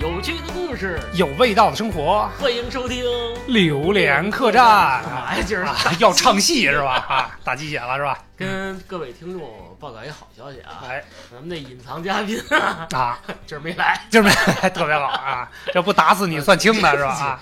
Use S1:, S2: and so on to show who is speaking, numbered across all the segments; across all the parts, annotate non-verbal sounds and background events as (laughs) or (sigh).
S1: 有趣的故事，
S2: 有味道的生活，
S1: 欢迎收听。
S2: 榴莲客栈。
S1: 哎呀，今儿
S2: 啊，要唱戏是吧？啊，打鸡血了是吧？
S1: 跟各位听众报告一好消息啊，
S2: 哎
S1: 咱们的隐藏嘉宾啊， (laughs)
S2: 啊，
S1: 今儿没来，
S2: 就是 (laughs) 特别好啊，这不打死你算轻的是吧？啊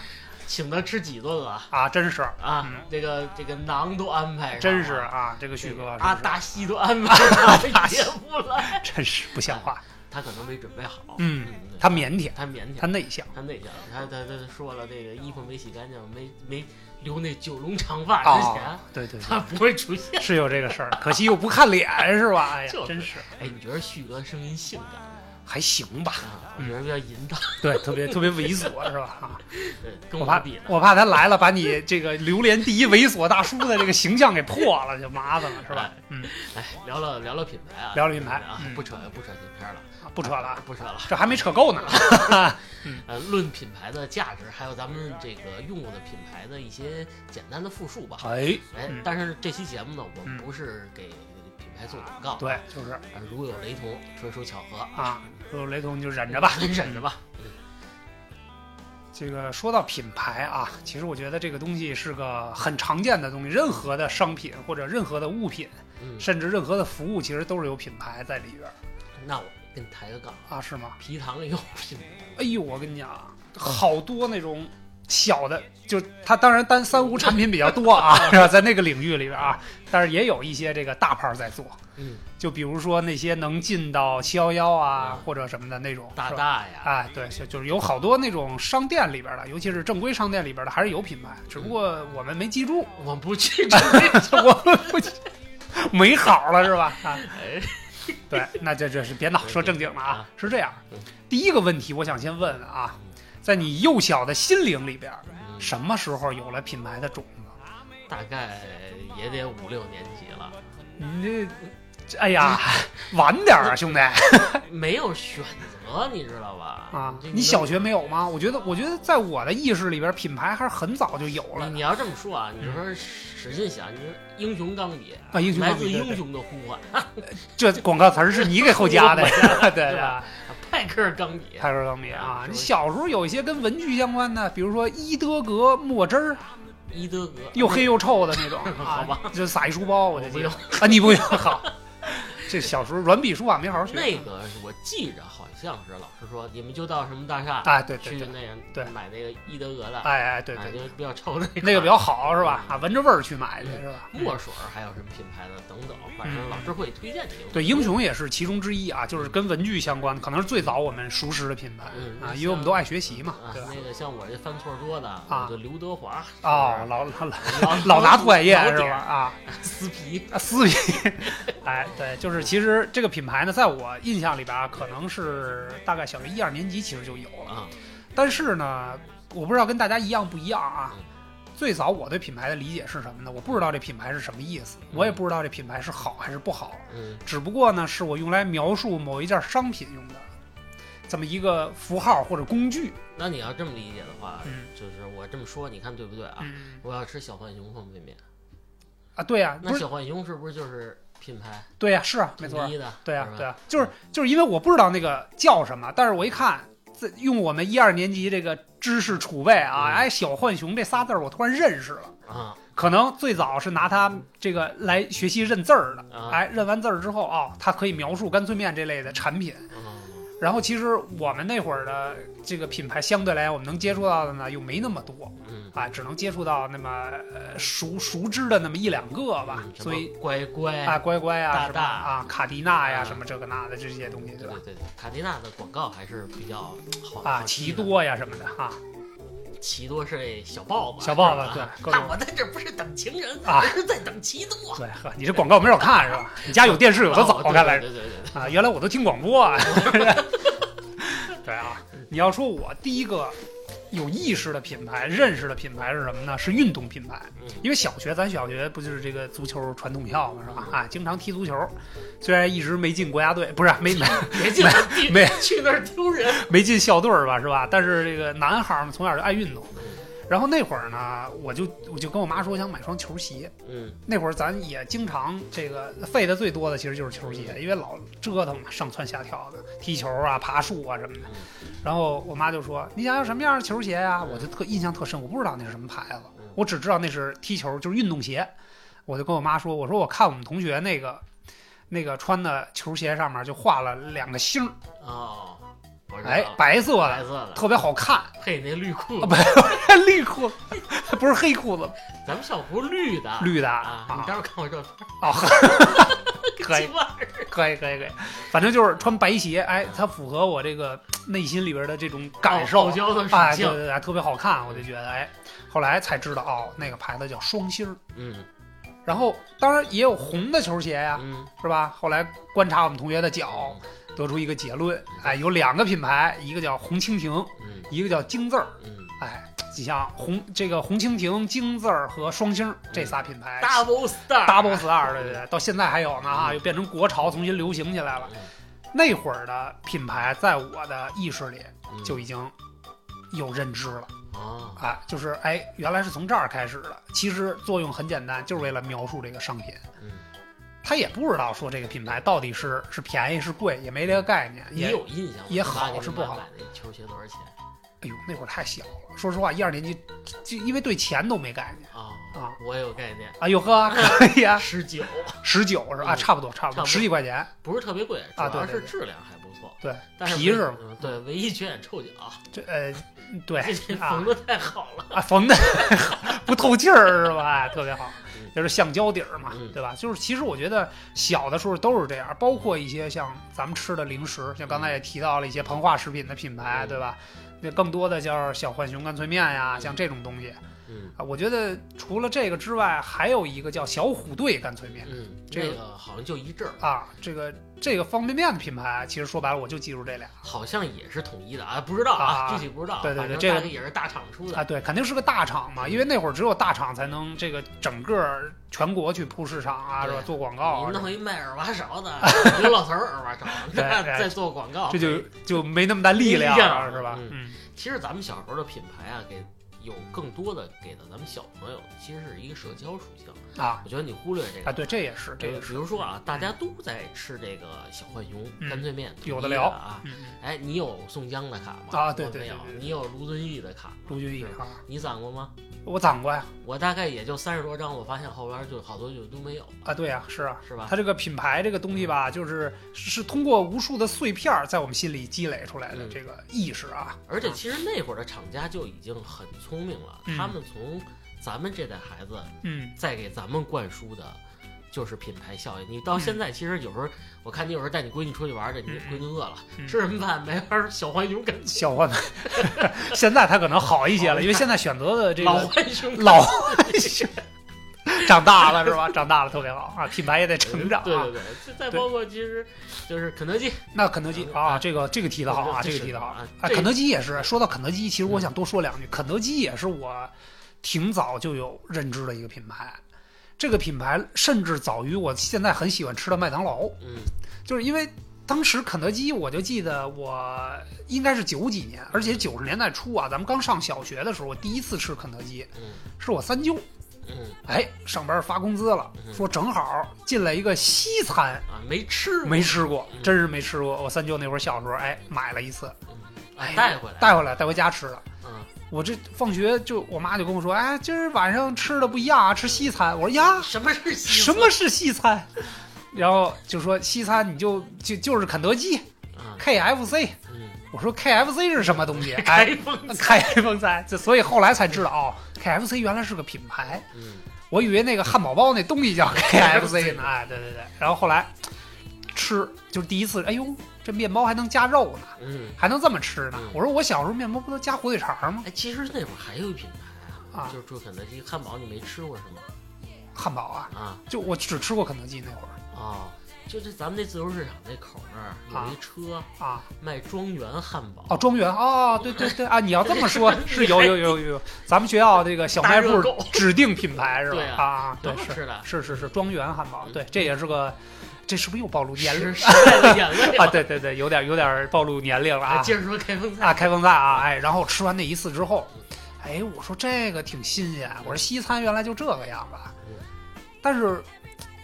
S1: 请他吃几顿了
S2: 啊，真是，
S1: 啊？
S2: 嗯
S1: 这个这个囊都安排上了，
S2: 真是啊，这个旭哥
S1: 阿
S2: 是不是
S1: 达西都安排上了，
S2: 达西
S1: 也不来，
S2: 真是不像话。
S1: (laughs) 他可能没准备好，
S2: 嗯
S1: 对
S2: 他腼腆，
S1: 他腼
S2: 他
S1: 腆。
S2: 内向
S1: 他内向，他他他说了，这个衣服没洗干净，没没留那九龙长发之前，
S2: 啊，对对对，
S1: 他不会出现。
S2: 是有这个事儿，可惜又不看脸是吧？哎呀
S1: 就，是
S2: 真是
S1: 哎，你觉得旭哥声音性感吗
S2: 还行吧？
S1: 啊？我觉得比较淫荡，
S2: 对，特别特别猥琐是吧？啊，
S1: 对，跟
S2: 我
S1: 我
S2: 怕
S1: 比呢，
S2: 我怕他来了，把你这个榴莲第一猥琐大叔的这个形象给破了，就麻烦了是吧？嗯，
S1: 哎，聊聊聊聊品牌啊，
S2: 聊聊品牌
S1: 啊，
S2: 嗯
S1: 不扯不扯金片了，
S2: 不扯了，
S1: 不扯了。 (laughs)
S2: 这还没扯够呢。
S1: 呃，论品牌的价值，还有咱们这个用过的品牌的一些简单的复述吧。
S2: 哎，
S1: 哎
S2: 嗯，
S1: 但是这期节目呢，我们
S2: 嗯
S1: 不是给品牌做广告，
S2: 对，就是
S1: 呃，如有雷同，纯属巧合，
S2: 啊，如有雷同你就忍
S1: (laughs)
S2: 着吧， (laughs)
S1: 忍着吧。嗯
S2: 这个说到品牌啊，其实我觉得这个东西是个很常见的东西，任何的商品或者任何的物品，
S1: 嗯，
S2: 甚至任何的服务，其实都是有品牌在里边儿
S1: 那我跟你抬个杠，
S2: 啊，是吗？
S1: 皮糖也有品牌，
S2: 哎呦，我跟你讲啊，好多那种小的，就它当然单三无产品比较多啊，是吧？在那个领域里边啊，但是也有一些这个大牌儿在做，
S1: 嗯，
S2: 就比如说那些能进到七幺幺啊
S1: 嗯
S2: 或者什么的那种，
S1: (laughs) 大
S2: 是吧
S1: 大呀，
S2: 哎，对，就就是有好多那种商店里边的，尤其是正规商店里边的，还是有品牌，只不过我们没记住，
S1: 我不去
S2: (laughs)
S1: 这个，
S2: 我们不记没好了是吧？啊，
S1: 哎，
S2: 对，那这这是别闹，说正经了啊
S1: 啊，
S2: 是这样
S1: 嗯。
S2: 第一个问题，我想先问问啊，在你幼小的心灵里边，
S1: 嗯
S2: 什么时候有了品牌的种子？
S1: 大概也得五六年级了。
S2: 你这，哎呀，
S1: 嗯
S2: 晚点儿啊，
S1: (laughs)
S2: 兄弟
S1: 没有选择，你知道吧？
S2: 啊！
S1: 这
S2: 你小学没有吗？我觉得，我觉得在我的意识里边，品牌还是很早就有
S1: 你
S2: 了
S1: 你要这么说啊，你就说使劲想，你说英雄钢笔，
S2: 啊。英雄
S1: 来
S2: 钢笔
S1: 自
S2: 对对
S1: 英雄的呼唤，
S2: 这广告词儿是你给后加的，对 (laughs) 对
S1: 对
S2: 吧
S1: 吧？派克尔钢笔，
S2: 泰戈尔钢笔啊
S1: 啊，
S2: 你小时候有一些跟文具相关的，比如说伊德格墨汁儿，
S1: 伊德格，
S2: 又黑又臭的那种
S1: (laughs) 好
S2: 啊
S1: 吧，
S2: 就撒一书包，我就
S1: 我不
S2: 记
S1: 用
S2: 得啊，你不用好。这小时候软笔书法没好好学
S1: 那个是我记着好像是老师说，你们就到什么大厦
S2: 啊，对对
S1: 去
S2: 对，
S1: 那个
S2: 对
S1: 买那个伊德格的，
S2: 哎哎对
S1: 啊
S2: 对，
S1: 就比较臭那个
S2: 那个比较好是吧？啊，闻着味儿去买去是吧？
S1: 墨水儿还有什么品牌的等等，反正老师会推荐你。
S2: 嗯对，英，雄也是其中之一啊，就是跟文具相关的，可能是最早我们熟识的品牌
S1: 嗯
S2: 啊，
S1: 像
S2: 因为我们都爱学习嘛，
S1: 啊
S2: 对吧？，
S1: 那个像我这犯错多的，
S2: 啊
S1: 我就刘德华
S2: 哦，，老老老
S1: 是吧
S2: 老拿拖鞋
S1: 老
S2: 是
S1: 点
S2: 吧？
S1: 儿
S2: 啊，
S1: 撕皮， (laughs)
S2: 啊，私品， (laughs) 哎，对，就是其实这个品牌呢，在我印象里边啊，可能是大概小学一二年级其实就有了，
S1: 啊，
S2: 但是呢，我不知道跟大家一样不一样啊
S1: 嗯。
S2: 最早我对品牌的理解是什么呢？我不知道这品牌是什么意思，我也不知道这品牌是好还是不好，
S1: 嗯
S2: 只不过呢，是我用来描述某一件商品用的这么一个符号或者工具。，
S1: 那你要这么理解的话，
S2: 嗯
S1: 就是我这么说，你看对不对啊？
S2: 嗯
S1: 我要吃小浣熊方便面，
S2: 啊，对呀、不
S1: 那
S2: 是
S1: 小浣熊是不是就是品牌
S2: 对呀、是啊，没错啊
S1: 统，一的？
S2: 对呀、
S1: 是吧嗯
S2: 对呀、就是就是因为我不知道那个叫什么，但是我一看，这用我们一二年级这个知识储备啊，
S1: 嗯
S2: 哎，小浣熊这仨字儿我突然认识了。
S1: 啊
S2: 可能最早是拿它这个来学习认字儿的，
S1: 啊
S2: 哎，认完字儿之后啊、它可以描述干脆面这类的产品。
S1: 嗯
S2: 然后其实我们那会儿的这个品牌相对来，我们能接触到的呢又没那么多，
S1: 嗯，
S2: 啊，只能接触到那么呃熟熟知的那么一两个吧
S1: 嗯。什么
S2: 所以
S1: 乖乖
S2: 啊，，乖乖啊，
S1: 大
S2: 什么
S1: 大
S2: 啊，卡迪娜呀，
S1: 啊
S2: 什么这个那的这些东西，
S1: 对
S2: 对吧？
S1: 对对，卡迪娜的广告还是比较好
S2: 啊，
S1: 好
S2: 奇
S1: 记的
S2: 多呀什么的啊，
S1: 奇多是那小豹子，
S2: 小豹子
S1: 是吧啊
S2: 对各种
S1: 看我在这不是等情人，
S2: 啊
S1: 而是在等奇多。
S2: 对，呵，你这广告没少看是吧？你家有电视有的早，
S1: 啊
S2: 看来是
S1: 对对对对对，
S2: 啊，原来我都听广播啊。 (laughs) 对啊，你要说我第一个有意识的品牌、认识的品牌是什么呢？是运动品牌。
S1: 嗯
S2: 因为小学咱小学不就是这个足球传统校嘛，是吧？啊，经常踢足球，虽然一直没进国家队，不是没 (laughs) (laughs) 没
S1: 别进来地
S2: 没
S1: (laughs) 去那儿丢人。
S2: 没进校队儿吧，是吧？但是这个男孩儿们从小就爱运动，然后那会儿呢，我就我就跟我妈说，我想买双球鞋。
S1: 嗯
S2: 那会儿咱也经常这个费的最多的其实就是球鞋，因为老折腾嘛，上蹿下跳的，踢球啊、爬树啊什么的。然后我妈就说：“你想要什么样的球鞋呀、
S1: 嗯
S2: 我就特印象特深，我不知道那是什么牌子
S1: 嗯，
S2: 我只知道那是踢球，就是运动鞋。我就跟我妈说：“我说我看我们同学那个那个穿的球鞋上面就画了两个星儿，
S1: 哦，我知道
S2: 哎
S1: 了，
S2: 白色
S1: 白
S2: 的，
S1: 色的，
S2: 特别好
S1: (laughs)
S2: 看。
S1: 配那绿裤
S2: 啊
S1: 子，
S2: 绿裤子， (laughs) 不是黑裤子，
S1: 咱们校服绿的，
S2: 绿的
S1: 啊，你待会儿看我照片，
S2: 啊，可以
S1: 鸡巴
S2: 可以可以可以，反正就是穿白鞋，哎，它符合我这个内心里边的这种感受
S1: 傲，娇的
S2: 哎，
S1: 属
S2: 对
S1: 性，
S2: 对对，特别好看，我就觉得哎，后来才知道哦，那个牌子叫双星儿。
S1: 嗯
S2: 然后当然也有红的球鞋呀、
S1: 嗯，
S2: 是吧？后来观察我们同学的脚，得出一个结论，哎，有两个品牌，一个叫红蜻蜓，
S1: 嗯
S2: 一个叫京字儿，
S1: 嗯
S2: 哎，你像红这个红蜻蜓、京字儿和双星儿这仨品牌。
S1: ，double star
S2: Double Star，对对对，到现在还有呢啊，
S1: 嗯
S2: 又变成国潮，重新流行起来了。那会儿的品牌，在我的意识里
S1: 嗯
S2: 就已经有认知了
S1: 哦，
S2: 啊，就是哎，原来是从这儿开始的。其实作用很简单，就是为了描述这个商品。
S1: 嗯，
S2: 他也不知道说这个品牌到底是是便宜是贵，也没这个概念。
S1: 你
S2: 也，
S1: 有印象吗？
S2: 也
S1: 你妈
S2: 好
S1: 给你
S2: 是不
S1: 妈
S2: 好
S1: 买那球鞋多少钱
S2: 哎呦，那会儿太小了，说实话，一二年级就因为对钱都没概念。
S1: 啊
S2: (laughs) 啊
S1: 我也有概念，
S2: 哎呦 (laughs) 呵，可以啊，
S1: 十九，
S2: 十九是吧啊，
S1: 嗯
S2: 差不多差
S1: 差
S2: 不
S1: 不
S2: 多，
S1: 多
S2: 十几块钱，
S1: 不是特别贵，主
S2: 啊
S1: 要
S2: 对
S1: 是
S2: 对对
S1: 质量还不错。
S2: 对，
S1: 但是
S2: 皮
S1: 唯
S2: 是吧
S1: 嗯对，唯一缺点臭脚，
S2: 这呃，对
S1: 这这
S2: 啊
S1: 缝的太好了。
S2: 啊，缝的 (laughs) 不透气儿是吧？特别好
S1: 嗯，
S2: 就是橡胶底儿嘛
S1: 嗯，
S2: 对吧？就是其实我觉得小的时候都是这样，包括一些像咱们吃的零食，像刚才也提到了一些膨化食品的品牌，
S1: 嗯
S2: 对吧？那更多的叫小浣熊干脆面呀，
S1: 嗯
S2: 像这种东西
S1: 嗯
S2: 啊。我觉得除了这个之外，还有一个叫小虎队干脆面
S1: 嗯，
S2: 这
S1: 这
S2: 个
S1: 个好像就一阵儿，
S2: 啊，这个这个方便面的品牌，其实说白了我就记住这俩
S1: 好像也是统一的啊，不知道
S2: 啊
S1: 具体不知道。
S2: 对对
S1: 反
S2: 对
S1: 正
S2: 这个
S1: 大概也是大厂出的。
S2: 啊。对，肯定是个大厂嘛，
S1: 嗯
S2: 因为那会儿只有大厂才能这个整个全国去铺市场啊，是吧？
S1: 对
S2: 做广告啊
S1: 你
S2: 什么的。
S1: 弄一卖耳挖勺
S2: (laughs)
S1: 的，刘老头儿耳挖勺，
S2: 对
S1: 那
S2: 对
S1: 再做广告，
S2: 这就就没那么大力量
S1: 力量
S2: 了，是吧？嗯，
S1: 其实咱们小时候的品牌啊，给有更多的给到咱们小朋友，其实是一个社交属性。
S2: 啊
S1: 我觉得你忽略这个
S2: 啊，对，这也是，这
S1: 这个
S2: 也
S1: 比
S2: 是，
S1: 如说啊，大家都在吃这个小浣熊
S2: 嗯
S1: 干脆面，
S2: 有的
S1: 统一
S2: 聊
S1: 啊。
S2: 嗯，嗯
S1: 哎，你有宋江的卡吗？
S2: 啊对
S1: 我
S2: 对
S1: 没有
S2: 对对。对
S1: 你有卢俊义的卡吗？
S2: 卢俊义
S1: 是
S2: 啊，
S1: 你攒过吗？
S2: 我攒过呀，
S1: 我大概也就三十多张，我发现后边就好多就都没有了，
S2: 啊，对呀，是啊。
S1: 是吧？
S2: 它这个品牌这个东西吧，就是是是通过无数的碎片儿在我们心里积累出来的
S1: 嗯
S2: 这个意识啊，
S1: 而且其实那会儿的厂家就已经很聪明了，
S2: 嗯
S1: 他们从咱们这代孩子
S2: 嗯
S1: 再给咱们灌输的，就是品牌效应。你到现在，其实有时候我看你有时候带你闺女出去玩去，你
S2: 嗯
S1: 闺女饿了，
S2: 嗯
S1: 吃什么饭没法儿小浣熊干脆
S2: 小浣， (laughs) 现在它可能好一些
S1: 好
S2: 了，因为现在选择的这
S1: 老
S2: 个
S1: 浣熊干
S2: 老
S1: 脆 (laughs)
S2: 长大了是吧？长大了特别好啊，品牌也得成长
S1: 对
S2: 啊
S1: 对。对，这再
S2: 对
S1: 包括其实就是肯德基，
S2: 那肯德基
S1: 嗯
S2: 啊，
S1: 哎
S2: 这个这个提的好啊，
S1: 这
S2: 这
S1: 是
S2: 个提的好
S1: 啊 (laughs)
S2: 哎，
S1: 这
S2: 肯德基也是。说到肯德基，其实
S1: 嗯
S2: 我想多说两句，肯德基也是我挺早就有认知的一个品牌。这个品牌甚至早于我现在很喜欢吃的麦当劳，
S1: 嗯
S2: 就是因为当时肯德基，我就记得我应该是九几年，而且九十年代初啊，咱们刚上小学的时候，我第一次吃肯德基
S1: 嗯
S2: 是我三舅，
S1: 嗯
S2: 哎，上班发工资了，
S1: 嗯
S2: 说正好进来一个西餐，
S1: 啊，没吃过
S2: 没吃过，
S1: 嗯
S2: 真是没吃过。我三舅那会儿小时候，哎，买了一次，
S1: 啊
S2: 哎，
S1: 带回来，
S2: 带回来，带回家吃了。
S1: 嗯
S2: 我这放学就我妈就跟我说，哎，今儿晚上吃的不一样啊，吃西餐。我说呀，
S1: 什么是西
S2: 什么是西餐？ (laughs) 然后就说西餐你就就就是肯德基、
S1: 餐啊
S2: KFC。
S1: 嗯
S2: 我说 KFC 是什么东西？哎，
S1: (laughs) 开封
S2: 开封菜。这所以后来才知道哦，KFC 原来是个品牌。
S1: 嗯
S2: 我以为那个汉堡包那东西叫 (laughs) KFC 呢，哎，对对对，然后后来吃就是第一次，哎呦，这面包还能加肉呢，
S1: 嗯，
S2: 还能这么吃呢
S1: 嗯！
S2: 我说我小时候面包不都加火腿肠吗？
S1: 哎，其实那会儿还有一品牌
S2: 啊
S1: 就是住肯德基汉堡，你没吃过是吗？
S2: 汉堡啊，
S1: 啊。
S2: 就我只吃过肯德基那会儿
S1: 哦，就这咱们那自由市场那口那儿有一车
S2: 啊，
S1: 卖庄园汉堡，
S2: 哦，庄园哦，对对对啊，你要这
S1: (laughs)
S2: 么说，是有有有有有，咱们学校这个小卖
S1: 大热
S2: 部
S1: 狗
S2: 指定品牌是吧
S1: 对？啊
S2: 啊啊，对
S1: 挺好
S2: 是
S1: 吃的，
S2: 是是是庄园汉堡
S1: 嗯，
S2: 对，这也是个，这是不是又暴露年龄
S1: 时代的眼泪
S2: (laughs)
S1: (laughs)
S2: 啊？对对对，有点有点暴露年龄了
S1: 啊
S2: 啊！
S1: 接着说开封菜
S2: 哎啊，开封菜啊，哎，然后吃完那一次之后，哎，我说这个挺新鲜，我说西餐原来就这个样吧。但是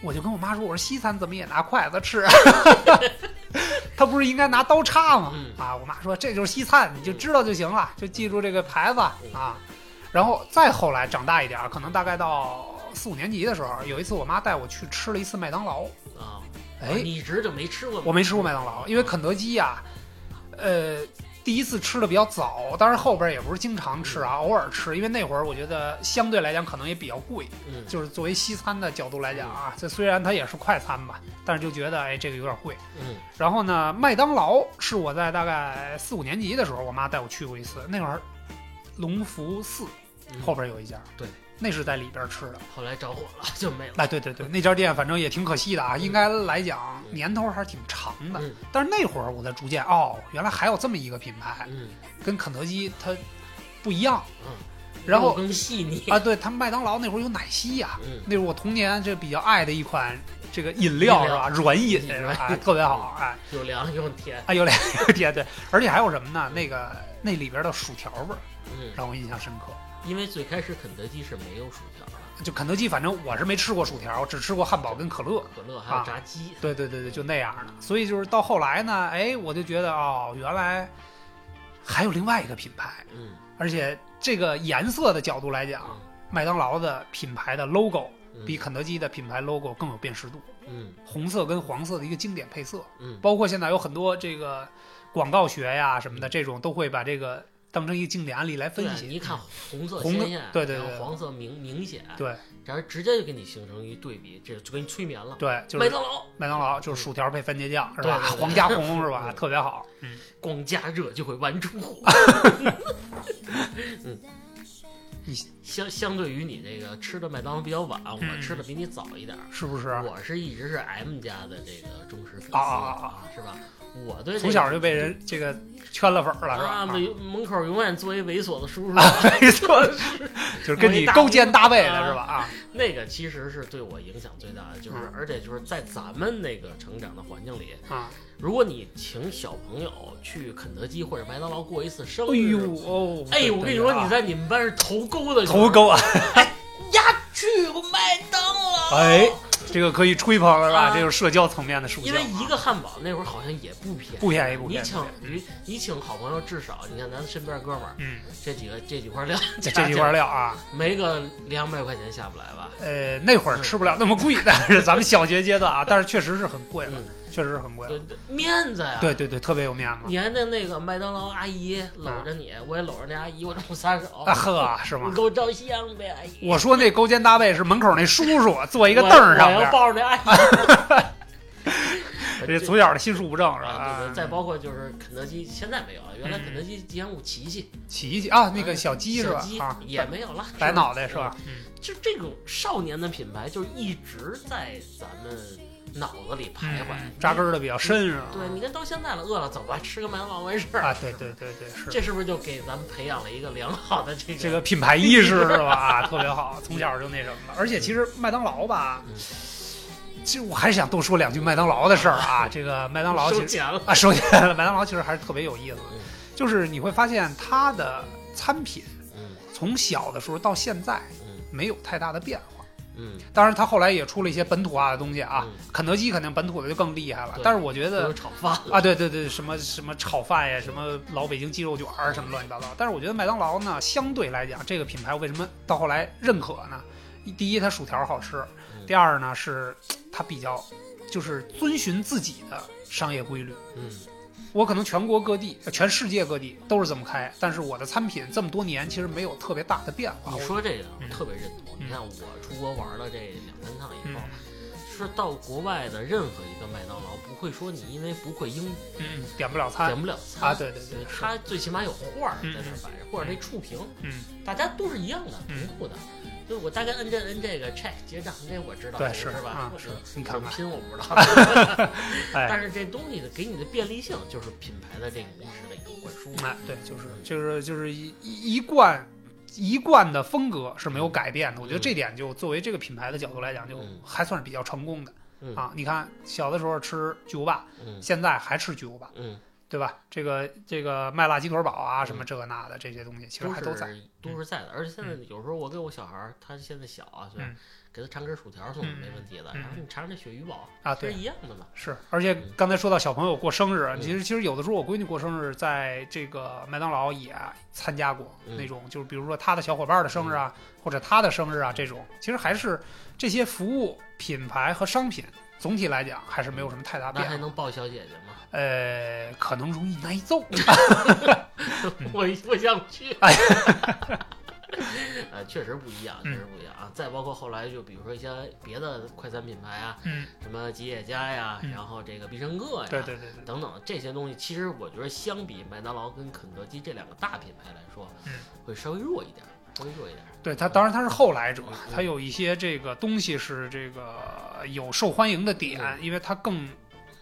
S2: 我就跟我妈说，我说西餐怎么也拿筷子吃？ (laughs) 他不是应该拿刀叉吗？
S1: 嗯
S2: 啊，我妈说这就是西餐，你就知道就行了，就记住这个牌子啊。然后再后来长大一点儿，可能大概到四五年级的时候，有一次我妈带我去吃了一次麦当劳。
S1: 啊，
S2: 哎，
S1: 你一直就没吃过吗？
S2: 我没吃过麦当劳，因为肯德基呀、呃，第一次吃的比较早，当然后边也不是经常吃啊，
S1: 嗯
S2: 偶尔吃，因为那会儿我觉得相对来讲可能也比较贵，
S1: 嗯，
S2: 就是作为西餐的角度来讲啊，这虽然它也是快餐吧，但是就觉得哎这个有点贵。
S1: 嗯
S2: 然后呢，麦当劳是我在大概四五年级的时候，我妈带我去过一次，那会儿龙福寺
S1: 嗯，
S2: 后边有一家，
S1: 对，
S2: 那是在里边吃的。
S1: 后来着火了就没了。
S2: 哎，对对对，那家店反正也挺可惜的啊，应该来讲
S1: 嗯
S2: 年头还是挺长的。
S1: 嗯
S2: 但是那会儿我才逐渐哦，原来还有这么一个品牌，
S1: 嗯，
S2: 跟肯德基它不一样
S1: 嗯。
S2: 然
S1: 肉
S2: 后
S1: 更细腻。
S2: 啊，对他们麦当劳那会儿有奶昔呀、
S1: 嗯
S2: 那是我童年这比较爱的一款这个饮料
S1: 饮
S2: 是
S1: 料
S2: 吧？软饮
S1: 饮
S2: 是
S1: 料
S2: 吧？特别好哎
S1: 又凉又甜。
S2: 哎，有两个天对，而且还有什么呢？那个那里边的薯条味儿
S1: 嗯，
S2: 让我印象深刻。
S1: 因为最开始肯德基是没有薯条的，
S2: 就肯德基，反正我是没吃过薯条，只吃过汉堡跟可乐。
S1: 可乐还有炸鸡。
S2: 对对对对，就那样的。所以就是到后来呢，哎，我就觉得哦，原来还有另外一个品牌，
S1: 嗯
S2: 而且这个颜色的角度来讲，麦当劳的品牌的 logo
S1: 嗯
S2: 啊比肯德基的品牌 logo 更有辨识度，
S1: 嗯
S2: 红色跟黄色的一个经典配色，
S1: 嗯
S2: 包括现在有很多这个广告学呀什么
S1: 嗯
S2: 的，这种都会把这个当成一个经典案例来分
S1: 对啊，
S2: 析。嗯
S1: 你一看红色
S2: 红
S1: 鲜
S2: 的
S1: 艳，
S2: 对对
S1: 然后
S2: 对
S1: 黄色明明显，
S2: 对
S1: 然后直接就给你形成一对比，这就给你催眠了。
S2: 对，就
S1: 麦
S2: 是
S1: 当劳
S2: 麦当劳就是薯条配番茄酱是
S1: 对
S2: 吧
S1: 对？
S2: (laughs)
S1: 对
S2: 黄加红是吧？
S1: 嗯
S2: 特别好。嗯，
S1: 光加热就会玩出
S2: (laughs)
S1: 火。嗯，
S2: 你
S1: 相相对于你这个吃的麦当劳比较晚，我
S2: 嗯
S1: 吃的比你早一点儿。
S2: (laughs) 是嗯不是？
S1: 我是一直是 M 家的这个忠实粉丝
S2: 啊啊啊啊，
S1: 是吧？我对这个
S2: 从小就被人这个圈了粉儿了是吧？
S1: 啊，
S2: 啊
S1: 门门口永远坐一猥琐的
S2: (laughs)
S1: 叔叔，
S2: 没错，
S1: (laughs)
S2: 就是跟你勾肩搭背的是吧？啊，
S1: 那个其实是对我影响最大的，
S2: 嗯
S1: 就是而且就是在咱们那个成长的环境里，
S2: 啊，
S1: 如果你请小朋友去肯德基或者麦当劳过一次生
S2: 哎
S1: 日，
S2: 呦哦，
S1: 哎，我跟你说，
S2: 对啊
S1: 你在你们班是头钩的，
S2: 头勾啊，
S1: 呀，去过麦当劳，
S2: 哎，这个可以吹捧了
S1: 哦
S2: 吧？
S1: 啊
S2: 这就是社交层面的属性
S1: 因
S2: 啊。
S1: 为一个汉堡那会儿好像也不便宜，
S2: 不便宜不
S1: 你
S2: 便宜
S1: 请你你请好朋友，至少你看咱身边哥们儿
S2: 嗯，
S1: 这几个这几块料，
S2: 这这几块料啊，
S1: (laughs) 没个两百块钱下不来吧？
S2: 呃，那会儿吃不了那么贵，但是咱们小学阶段啊，但是确实是很贵了
S1: 嗯，
S2: 确实是很贵了。
S1: 对面子呀，
S2: 对对对，特别有面子
S1: 你还那那个麦当劳阿姨搂着你，我也搂着那阿姨，我这我撒手
S2: 啊，，呵，是
S1: 你
S2: 吗？
S1: 给我照相呗，阿姨。
S2: 我说那勾肩搭背是门口那叔叔坐一个凳儿上
S1: 我
S2: 边
S1: 要
S2: 儿，
S1: 抱着那阿姨。
S2: (laughs) 这从小的心术不正是
S1: (laughs)
S2: 吧？
S1: 啊，对
S2: 啊
S1: 对，再包括就是肯德基，现在没有了，原来肯德基吉祥物琪琪，
S2: 起一起啊，那个小鸡是
S1: 小
S2: 吧
S1: 鸡？
S2: 啊，
S1: 也没有了，
S2: 白脑袋是吧？嗯，
S1: (laughs) 就这种少年的品牌，就是一直在咱们脑子里徘徊，
S2: 嗯扎根儿的比较深是吧？
S1: 对你看到现在了，饿了走吧，吃个麦当劳完事儿。
S2: 啊，对对对对是。
S1: 这是不是就给咱们培养了一个良好的这个？
S2: 这个品牌意识是吧？ (laughs) 啊，特别好，从小就那什么了。而且其实麦当劳吧
S1: 嗯，
S2: 其实我还是想多说两句麦当劳的事儿
S1: (laughs)
S2: 啊。这个麦当劳
S1: 收
S2: 其实
S1: 钱了。
S2: 啊，首先麦当劳其实还是特别有意思
S1: 嗯，
S2: 就是你会发现它的餐品
S1: 嗯
S2: 从小的时候到现在
S1: 嗯
S2: 没有太大的变化。
S1: 嗯，
S2: 当然，它后来也出了一些本土化的东西啊
S1: 嗯，
S2: 肯德基肯定本土的就更厉害了
S1: 对。
S2: 但是我觉
S1: 都
S2: 得
S1: 有炒饭了。
S2: 啊，对对对，什么什么炒饭呀，什么老北京鸡肉卷儿，什么乱七八糟。但是我觉得麦当劳呢，相对来讲，这个品牌为什么到后来认可呢？一第一，它薯条好吃；
S1: 嗯
S2: 第二呢，是它比较就是遵循自己的商业规律。
S1: 嗯
S2: 我可能全国各地、呃全世界各地都是这么开，但是我的产品这么多年其实没有特别大的变化
S1: 你。说这个我
S2: 嗯
S1: 特别认同。
S2: 嗯
S1: 你看我出国玩了这两三趟以
S2: 嗯
S1: 后，是到国外的任何一个麦当劳，不会说你因为不会英语
S2: 嗯嗯，点不了
S1: 点
S2: 餐
S1: 不了
S2: 啊，
S1: 餐。
S2: 对对对，是
S1: 它最起码有画儿在
S2: 嗯
S1: 那儿摆着，或者那触屏，
S2: 嗯，
S1: 大家都是一样的，
S2: 嗯
S1: 同步的。就我大概摁这摁这个 check 结账，这我知道，
S2: 对
S1: 是
S2: 是
S1: 吧？
S2: 啊
S1: 我知道
S2: 你看
S1: 我
S2: 看，
S1: 拼我不知道，
S2: 哎
S1: 但。是这东西的给你的便利性，就是品牌的这个意识的一个灌输。
S2: 哎，对，就是就是就是一一一贯一贯的风格是没有改变的。我觉得这点就作为这个品牌的角度来讲，就
S1: 嗯
S2: 还算是比较成功的
S1: 嗯
S2: 啊。你看，小的时候吃巨无霸，
S1: 嗯
S2: 现在还吃巨无霸，
S1: 嗯
S2: 对吧？这个这个麦辣鸡腿堡啊，什么这个那的这些东西，其实还嗯
S1: 都
S2: 在。
S1: 是都是在的。而且现在有时候我给我小孩儿，他现在小啊，虽然
S2: 嗯
S1: 给他尝根薯条什么没问题的，
S2: 嗯嗯
S1: 然后你尝尝这鳕鱼堡
S2: 啊
S1: 这
S2: 对
S1: 是一样的嘛。
S2: 是，而且
S1: 嗯
S2: 刚才说到小朋友过生日，
S1: 嗯
S2: 其实其实有的时候我闺女过生日，在这个麦当劳也参加过
S1: 嗯
S2: 那种，就是比如说她的小伙伴的生日啊，或者她的生日啊这种，其实还是这些服务品牌和商品总体来讲还是没有什么太大
S1: 那
S2: 啊变
S1: 还
S2: 化。
S1: 能抱小姐姐吗？
S2: 呃，可能容易挨
S1: (laughs)
S2: 揍。嗯
S1: 我我想去。
S2: 哎
S1: (laughs) 呃，确实不一样，确实不一
S2: 嗯
S1: 样啊！再包括后来，就比如说一些别的快餐品牌啊，
S2: 嗯，
S1: 什么吉野家呀，
S2: 嗯
S1: 然后这个必胜客呀，
S2: 对对对对，
S1: 等等这些东西，其实我觉得相比麦当劳跟肯德基这两个大品牌来说，
S2: 嗯
S1: 会稍微弱一点，稍微弱一点。
S2: 对它当然它是后来者
S1: 嗯，
S2: 它有一些这个东西是这个有受欢迎的点，
S1: 嗯
S2: 因为它更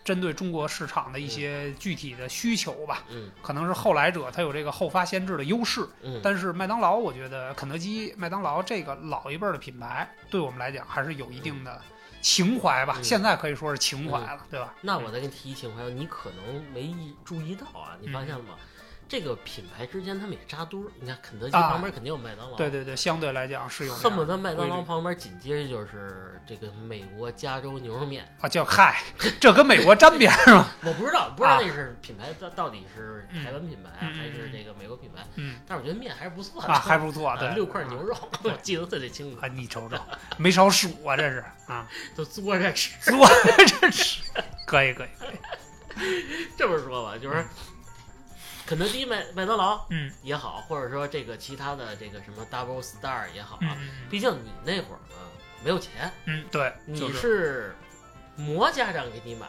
S2: 针对中国市场的一些具体的需求吧。
S1: 嗯
S2: 可能是后来者，他有这个后发先至的优势。
S1: 嗯，
S2: 但是麦当劳，我觉得肯德基、麦当劳这个老一辈儿的品牌，对我们来讲还是有一定的情怀吧。
S1: 嗯
S2: 现在可以说是情怀了，对吧？
S1: 那我再给你提一情况，你可能没意注意到啊，你
S2: 嗯
S1: 发现了吗？这个品牌之间他们也扎堆儿，你看肯德基
S2: 啊
S1: 旁边肯定有麦当劳，
S2: 对对对，相对来讲是有
S1: 嗯
S2: 这
S1: 恨
S2: 样
S1: 不得麦当劳
S2: 规律
S1: 旁边紧接着就是这个美国加州牛肉
S2: (laughs)
S1: 面，
S2: 啊，叫嗨，这跟美国沾
S1: (laughs)
S2: 边儿吗？
S1: 我不知道，不知道那是品牌到到底是
S2: 啊嗯
S1: 台湾品牌啊
S2: 嗯嗯
S1: 还是
S2: 嗯
S1: 这个美国品牌，
S2: 嗯
S1: 但是我觉得面还是不错的
S2: 啊，还不
S1: (laughs)
S2: 错，
S1: 啊
S2: 对，
S1: 六块牛肉，我记得特别清楚
S2: 啊，，你瞅瞅，没少数啊，这是啊，
S1: 就嘬着吃。
S2: 我 (laughs) 这是可以可以，
S1: 这么说吧，就是肯德基、麦麦当劳
S2: 嗯
S1: 也好，或者说这个其他的这个什么 Double Star 也好
S2: 嗯
S1: 啊，
S2: 嗯
S1: 毕竟你那会儿呢没有钱，
S2: 嗯，对，就
S1: 你
S2: 是
S1: 是磨家长给你买，